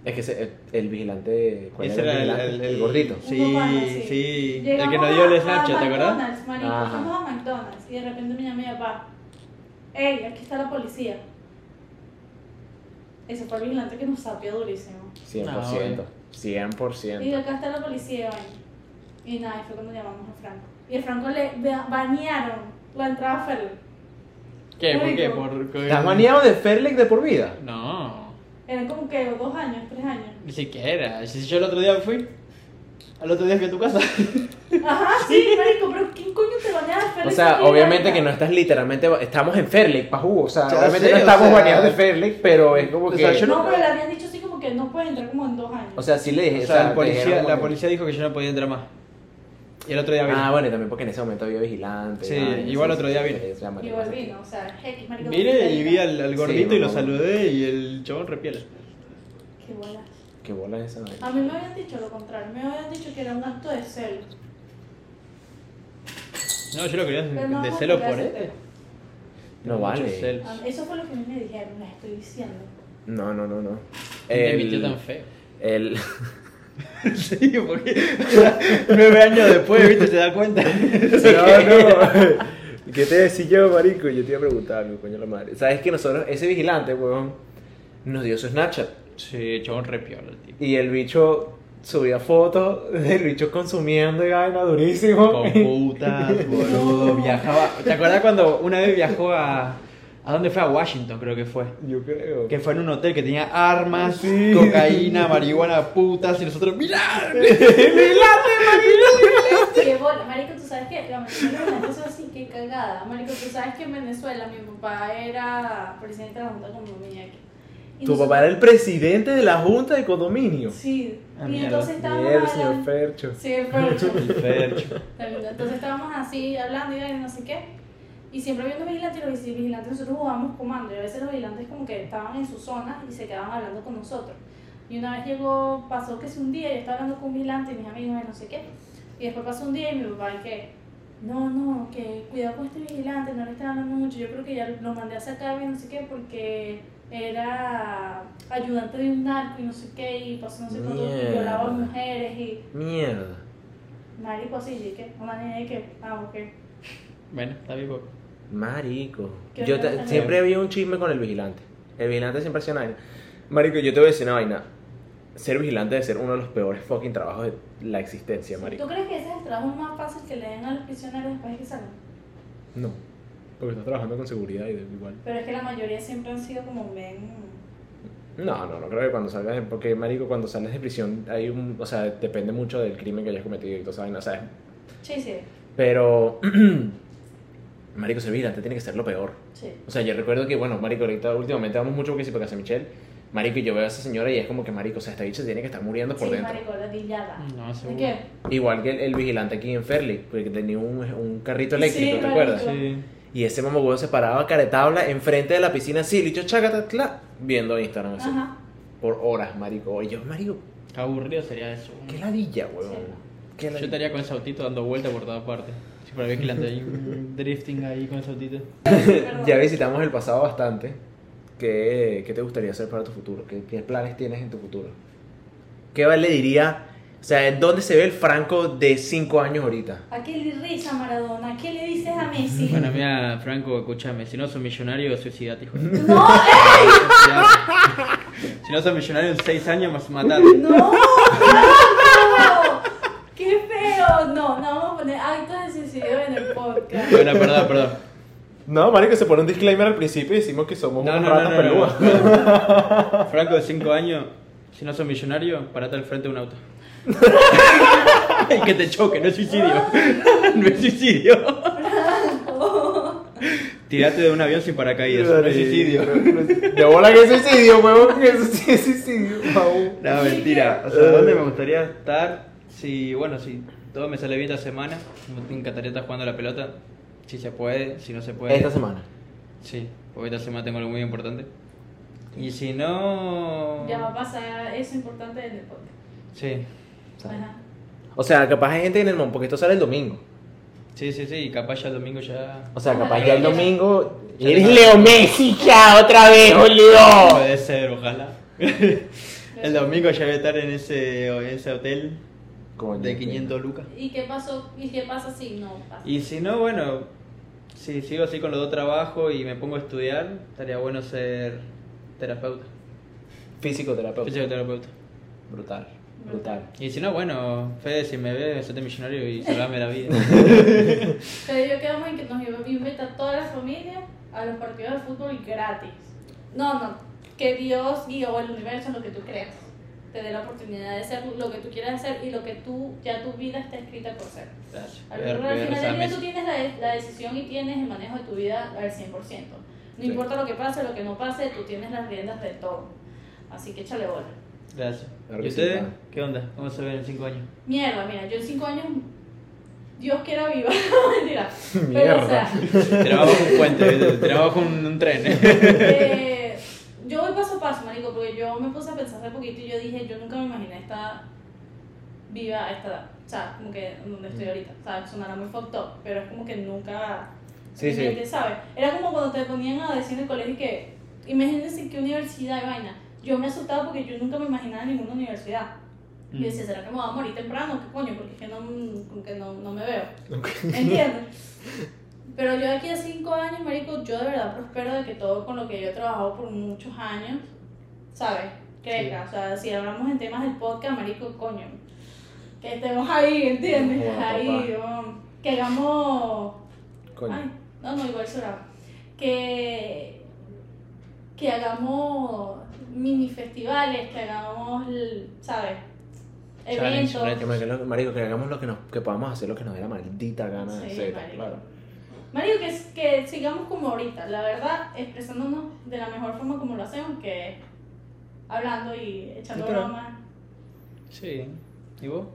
S1: Es que ese- el, el vigilante. ¿cuál
S3: Ese
S1: el,
S3: era el-
S1: vigilante?
S3: el- el-
S1: gordito.
S2: Un
S3: Sí,
S2: humano, sí.
S3: sí. El
S2: Llegamos
S3: que nos dio
S2: a-
S3: el
S2: a
S3: Snapchat, ¿te acordás?
S2: McDonald's, marico,
S1: Ajá.
S2: fuimos a McDonald's, y de repente me llamé a papá, ey, aquí está la policía. Ese fue el vigilante que nos sapió durísimo.
S1: 100%.
S3: Ah, obvio.
S1: 100%.
S2: Y acá está la policía, vaina. Y nada, y fue cuando llamamos a Franco. Y a Franco le ba- bañaron la entrada a Ferro.
S3: ¿Qué? ¿Por qué?
S2: Marico.
S3: ¿Por qué?
S1: ¿Estás maniado de Ferlec de por vida?
S3: No,
S2: Eran como que dos años, tres años.
S3: ni siquiera. Si yo el otro día fui, al otro día fui a tu casa.
S2: Ajá,
S1: <laughs>
S2: sí, marico, pero ¿quién coño te bañaba a Ferro?
S1: O sea, obviamente que no estás literalmente. Estamos en Ferlec, pajú. O sea,
S6: Ya
S1: obviamente
S6: sé,
S1: no
S6: o
S1: estamos
S6: sea-
S1: baneados de Ferlec, pero es como
S6: O
S1: que.
S6: sea, yo
S2: No, pero le habían dicho así como que no puedes entrar como en dos años.
S1: O sea, sí le dije.
S3: <laughs> O sea, el
S1: te
S3: policía,
S1: dijeron como
S3: la
S1: que-
S3: policía dijo que yo no podía entrar más. Y el otro día vino.
S1: Ah, bueno, y también porque en ese momento había vigilante.
S3: Sí,
S1: vaina,
S3: igual otro día
S1: sí,
S3: vino.
S1: sí, ya, marico,
S2: y
S1: sí.
S2: volvino, o sea, X, marico.
S3: Mire y vi al, al
S1: Sí,
S3: gordito y lo
S1: mamá.
S3: saludé y el chabón repiela.
S2: Qué bola.
S1: Qué bola esa vaina.
S2: A mí me habían dicho lo contrario, me habían dicho que era un acto de celo.
S3: No, yo lo quería de,
S2: Pero no
S3: de
S2: vamos a
S3: celo
S2: tocar
S3: por
S2: ese
S3: él.
S2: tema.
S1: No
S3: Mucho
S1: vale.
S3: celo.
S2: Ah, Eso fue lo que a mí me dijeron, les estoy
S3: <laughs>
S2: diciendo.
S1: No, no, no, no.
S3: Te
S1: El-
S3: mintió tan feo.
S1: El.
S3: Sí, porque nueve años después, ¿viste? ¿Te das
S1: <laughs>
S3: cuenta?
S1: No, no. <laughs> ¿Qué te decía yo, marico? Yo te iba a preguntar, mi coño la madre. ¿Sabes que nosotros, ese vigilante, weón, nos dio su Snapchat?
S3: Sí, chabón repiola el tipo.
S1: Y el bicho subía fotos del bicho consumiendo y vaina durísimo. <laughs>
S3: Con putas, boludo, viajaba. ¿Te acordás cuando una vez viajó a. ¿A dónde fue? A Washington, creo que fue.
S1: Yo creo.
S3: Que fue en un hotel que tenía armas,
S1: Sí.
S3: cocaína, marihuana, putas, y nosotros, ¡mirá!
S2: Qué bola, marico, tú sabes que la mayoría de las cosas así, qué cagada. Marico, tú sabes que en Venezuela mi papá era presidente de la Junta de Economía. Y
S1: Tu
S2: nosotros-
S1: papá era el presidente de la junta de condominio.
S2: Sí, ¿eh?
S3: Ah,
S2: y
S3: mierda.
S2: entonces estábamos
S1: Mierda, señor
S2: hablando...
S1: Fercho.
S2: Sí, Fercho.
S1: <laughs>
S3: Fercho.
S2: Entonces estábamos así hablando y no sé qué. Y siempre viendo vigilantes y los vigilantes nosotros jugábamos comando. Y a veces los vigilantes como que estaban en su zona y se quedaban hablando con nosotros. Y una vez llegó, pasó que es un día, yo estaba hablando con un vigilante y mis amigos y no sé qué. Y después pasó un día y mi papá y que, no, no, que cuidado con este vigilante, no le está hablando mucho. Yo creo que ya lo mandé a sacar y no sé qué porque era ayudante de un narco y no sé qué. Y pasó no sé cuánto,
S1: Mierda.
S2: violaba mujeres y...
S1: Mierda.
S2: Marico, así, y que una niña de que, ah, ok.
S3: Bueno, está vivo.
S1: Marico.
S2: ¿Qué
S1: Yo
S2: otra
S1: te-
S2: cosa?
S1: siempre había un chisme con el vigilante. El vigilante siempre hacía una vaina. Marico, yo te voy a decir una vaina. Ser vigilante debe ser uno de los peores fucking trabajos de la existencia, marico.
S2: ¿Tú crees que ese es el trabajo más fácil que le den a los prisioneros después de que salen?
S1: No. Porque estás trabajando con seguridad y de- igual.
S2: Pero es que la mayoría siempre han sido como ven.
S1: No, no, no creo que cuando salgas, de- porque marico, cuando sales de prisión hay un, o sea, depende mucho del crimen que hayas cometido y toda esa vaina, ¿sabes?
S2: Sí, sí,
S1: Pero, <clears throat> marico, ser vigilante tiene que ser lo peor.
S2: sí.
S1: O sea, yo recuerdo que, bueno, marico, ahorita últimamente vamos mucho porque si para casa Michelle, marico, y yo veo a esa señora y es como que, marico, o sea, esta bicha tiene que estar muriendo por
S2: Sí,
S1: dentro.
S2: marico, la dillada.
S3: No,
S2: ¿De
S3: Mm, seguro.
S2: qué?
S1: Igual que el, el vigilante aquí en Fairley, porque tenía un, un carrito eléctrico,
S2: Sí,
S1: ¿te acuerdas?
S2: marico.
S3: Sí.
S1: Y ese mamagüevo se paraba caretabla enfrente de la piscina así, licho chacata, tla, viendo Instagram así,
S2: Ajá.
S1: <laughs> por horas, marico. Y yo, marico,
S3: Qué aburrido sería eso.
S1: qué ladilla, huevón.
S2: Sí.
S1: Qué
S3: Yo
S1: ladilla.
S3: estaría con ese autito dando vueltas por todas partes. Si fuera vigilante,
S2: <laughs>
S3: ahí, mm, drifting ahí con ese autito.
S2: Sí, perdón.
S1: Ya visitamos el pasado bastante. ¿Qué, qué te gustaría hacer para tu futuro? ¿Qué, qué planes tienes en tu futuro? ¿Qué le diría? O sea, ¿dónde se ve el Franco de 5 años ahorita?
S2: ¿A qué le risa Maradona? ¿A qué le dices a Messi?
S3: Bueno, mira, Franco, escúchame, si no sos millonario, suicidate, hijo de
S2: ¡No! eh,
S3: Si no sos millonario en 6 años, más matate.
S2: ¡No! ¡Franco! ¡Qué feo! No, no vamos a poner actos de suicidio en el podcast.
S1: No, marico, se pone un disclaimer al principio y decimos que somos
S3: No,
S1: unos
S3: no,
S1: ratas
S3: no, no,
S1: pelúas.
S3: no. <laughs> Franco de 5 años, si no sos millonario, parate al frente
S2: <laughs>
S3: de un auto. y que te choque, no es suicidio. <laughs> no es suicidio.
S2: <laughs>
S3: Tirate de un avión sin paracaídas, no es suicidio.
S1: De bola que es suicidio, huevón, que es sí es suicidio. Wow.
S3: No, mentira. O
S1: Eh.
S3: sea, ¿dónde me gustaría estar? Si, bueno, si todo me sale bien esta semana, me encantaría estar jugando a la pelota. Si se puede, si no se puede.
S1: Esta semana.
S3: Sí, porque esta semana tengo algo muy importante. Y si no.
S2: Ya va a pasar eso importante en el podcast.
S3: Sí,
S2: Ajá.
S1: O sea, capaz hay gente en el mundo, porque esto sale el domingo.
S3: sí, sí, sí. y Capaz ya el domingo ya.
S1: O sea,
S2: Ojalá
S1: capaz ya el
S2: que-
S1: domingo. Eres Leo Messi, ya, otra vez, boludo.
S3: Puede ser, ojalá. El domingo ya voy a estar en ese, en ese hotel
S1: Coño,
S3: de 500 lucas.
S2: ¿Y qué pasó? ¿Y qué pasa si no pasa?
S3: Y si no, bueno, si sigo así con los dos trabajos y me pongo a estudiar, estaría bueno ser terapeuta,
S1: Fisioterapeuta.
S3: fisioterapeuta.
S1: Brutal. Brutal.
S3: Y si no, bueno, Fede, si me ves, hacete millonario y salvame la vida.
S1: <laughs>
S2: Pero yo quedamos en que nos iba- invita a toda la familia a los partidos de fútbol gratis. No, no, que Dios y o el universo, lo que tú creas, te dé la oportunidad de ser lo que tú quieras hacer y lo que tú, ya tu vida está escrita por ser.
S3: Gracias.
S2: Al
S3: Voy a-
S2: final
S3: voy a
S2: del
S3: rezar
S2: día
S3: misa.
S2: tú tienes la, de- la decisión y tienes el manejo de tu vida al 100%. No
S1: Sí.
S2: importa lo que pase, lo que no pase, tú tienes las riendas de todo. Así que échale bola.
S3: Gracias.
S1: Claro
S3: ¿Y
S1: que sí,
S3: ustedes?
S1: claro.
S3: ¿Qué onda? ¿Cómo se ven en 5 años?
S2: Mierda, mira, yo en 5 años, Dios quiera viva, <laughs> mentira. <laughs> Pero, o
S1: Mierda.
S2: sea,
S3: Tiramos un puente, ¿viste? tiramos bajo un, un tren. <laughs>
S2: Eh, yo voy paso a paso, marico, porque yo me puse a pensar hace poquito y yo dije, yo nunca me imaginé estar viva a esta edad. O sea, como que donde
S1: Mm.
S2: estoy ahorita. O sea, sonará muy fucked up, pero es como que nunca...
S1: Sí, sí.
S2: realmente, ¿sabes? Era como cuando te ponían a decir en el colegio que... Imagínense en qué universidad y vaina. Yo me asustaba porque yo nunca me imaginaba en ninguna universidad.
S1: Mm.
S2: Yo decía, ¿será que me voy a morir temprano? ¿Qué coño? Porque es que no, como que no, no me veo. ¿Entiendes? Pero yo de aquí a cinco años, marico, yo de verdad prospero de que todo con lo que yo he trabajado por muchos años, ¿sabes? Crezca. O sea, si hablamos en temas del podcast, marico, coño, que estemos ahí, ¿entiendes?
S1: Bueno,
S2: ahí, um, que hagamos... Ay,
S1: Coño.
S2: no, no, igual será. Que, que hagamos mini festivales, que hagamos, l- ¿sabes?
S3: Challenge,
S2: Eventos.
S1: Que mar- que lo- Marico, que hagamos lo que nos, que podamos hacer lo que nos dé la maldita gana de
S2: Sí,
S1: hacer,
S2: marico.
S1: claro.
S2: Mario, que, es- que sigamos como ahorita, la verdad, expresándonos de la mejor forma como lo hacemos, que es hablando y echando
S3: Literal.
S2: bromas.
S3: Sí. ¿Y vos?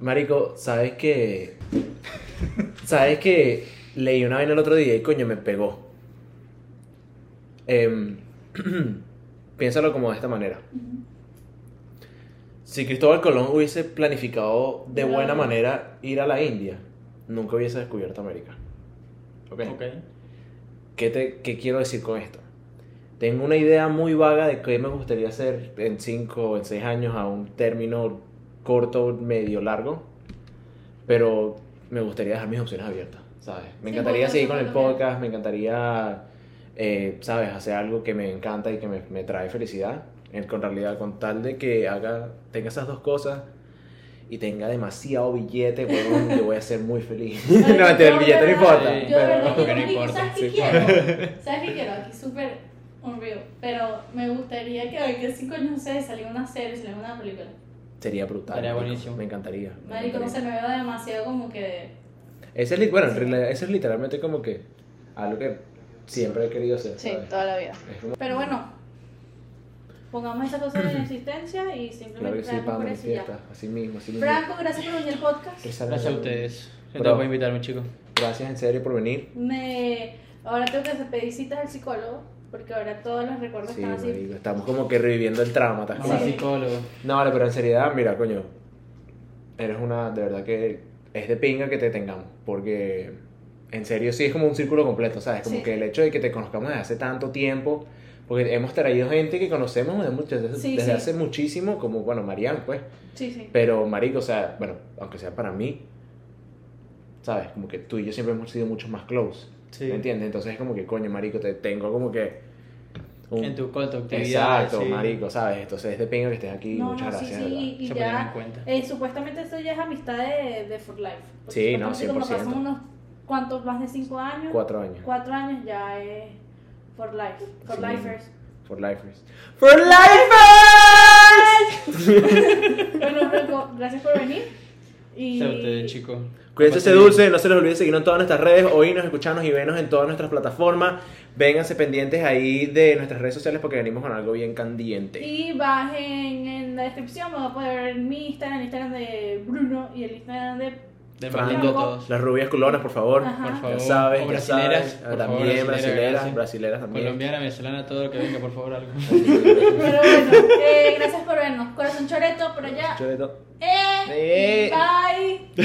S1: Marico, ¿sabes qué? ¿Sabes qué? Leí una vaina el otro día y coño me pegó. Em, <clears throat> piénsalo como de esta manera. Si Cristóbal Colón hubiese planificado de
S2: Claro.
S1: buena manera ir a la India, nunca hubiese descubierto América. ¿Ok? ¿Qué, te, ¿Qué quiero decir con esto? Tengo una idea muy vaga de qué me gustaría hacer en 5 o en 6 años a un término corto, medio largo, pero me gustaría dejar mis opciones abiertas, ¿sabes? Me
S2: Sí,
S1: encantaría
S2: porque
S1: seguir
S2: eso
S1: con
S2: es
S1: el
S2: lo que-
S1: podcast, me encantaría, eh, ¿sabes? Hacer algo que me encanta y que me, me trae felicidad, en- con realidad, con tal de que haga, tenga esas dos cosas y tenga demasiado billete, huevón, yo voy a ser muy feliz. <laughs> <laughs> no,
S2: Marico,
S1: mentira, el
S2: yo
S1: billete no
S2: de
S1: importa.
S2: verdad-
S3: Sí,
S2: Yo de verdad
S3: pero-
S2: quiero,
S3: que no
S2: marico,
S3: importa,
S2: ¿sabes qué
S1: sí.
S2: quiero? ¿Sabes qué quiero? Aquí súper unreal. Pero me gustaría que hoy que cinco años, no sé, saliera una serie, saliera una película.
S1: Sería brutal.
S3: Estaría
S1: marico.
S3: buenísimo.
S1: Me encantaría. me
S2: Marico, no
S1: encantaría.
S2: se me veo demasiado como que...
S1: Ese es, li- bueno, en realidad, ese es literalmente como que algo que siempre he querido hacer.
S2: Sí,
S1: ¿sabes?
S2: toda la vida.
S1: Es como-
S2: Pero bueno, pongamos esa cosa
S1: <clears throat>
S2: en existencia y
S1: Claro
S2: simplemente
S1: que sí,
S2: traemos por
S1: pan,
S2: eso y ya.
S1: fiesta, así mismo, así mismo.
S2: Franco, gracias por venir al podcast.
S1: Que salga
S3: Gracias a
S1: bien.
S3: ustedes.
S1: Bro.
S3: Gracias por invitarme, chicos.
S1: Gracias en serio por venir.
S2: Me... Ahora tengo que pedir citas al psicólogo porque ahora todos los recuerdos
S1: Sí,
S2: están así.
S1: marico, estamos como que reviviendo el trauma, ¿estás
S3: Vamos
S1: claro?
S3: al psicólogo.
S1: No, vale, pero en seriedad, mira, coño. Eres una, de verdad que es de pinga que te tengamos, porque en serio sí es como un círculo completo, ¿sabes? Como
S2: Sí.
S1: que el hecho de que te conozcamos desde hace tanto tiempo, porque hemos traído gente que conocemos desde, mucho- desde,
S2: Sí,
S1: desde
S2: sí.
S1: hace muchísimo, como, bueno, Marian, pues.
S2: Sí, sí.
S1: Pero, marico, o sea, bueno, aunque sea para mí, ¿sabes? Como que tú y yo siempre hemos sido mucho más close,
S3: Sí.
S1: ¿me entiendes? Entonces es como que, coño, marico, te tengo como que... un-
S3: En tu conto, actividad.
S1: Exacto, marico, ¿sabes? Entonces es de pinga que estés aquí,
S2: No,
S1: muchas
S2: no, sí,
S1: gracias,
S2: sí,
S1: de verdad.
S2: y
S3: Se
S2: ya.
S3: en cuenta.
S2: Eh, supuestamente esto ya es amistad de, de For Life. Porque
S1: Sí, no,
S2: supuestamente como
S1: 100%.
S2: pasan unos ¿Cuántos? ¿Más de 5 años?
S1: Cuatro años.
S2: 4 años ya es for life. For
S1: Sí.
S2: lifers.
S1: For lifers. ¡For lifers!
S2: Bueno, Franco, gracias por venir.
S3: Eh,
S2: Y
S4: Sea usted, chico.
S1: Cuídense ese
S4: Pase bien.
S1: dulce, no se les olvide seguirnos en todas nuestras redes, oírnos, escucharnos y vernos en todas nuestras plataformas. Vénganse pendientes ahí de nuestras redes sociales porque venimos con algo bien candiente.
S2: Y bajen en la descripción, van a poder ver mi Instagram, el Instagram de Bruno y el Instagram de...
S4: De
S1: Franco.
S4: maldito todos.
S1: Las rubias culonas, por favor.
S2: Ajá.
S4: Por
S1: Ya
S4: favor.
S1: sabes,
S4: O
S1: ya
S4: brasileras,
S1: sabes.
S4: por
S1: Ah,
S4: favor,
S1: también
S4: brasilera,
S1: brasileras,
S4: gracias.
S1: brasileras también.
S4: Colombiana, venezolana, todo lo que venga, por favor, algo.
S2: Pero bueno, eh, gracias por vernos. Corazón Choreto por allá.
S1: Choreto.
S2: Eh,
S1: Eh.
S2: Bye.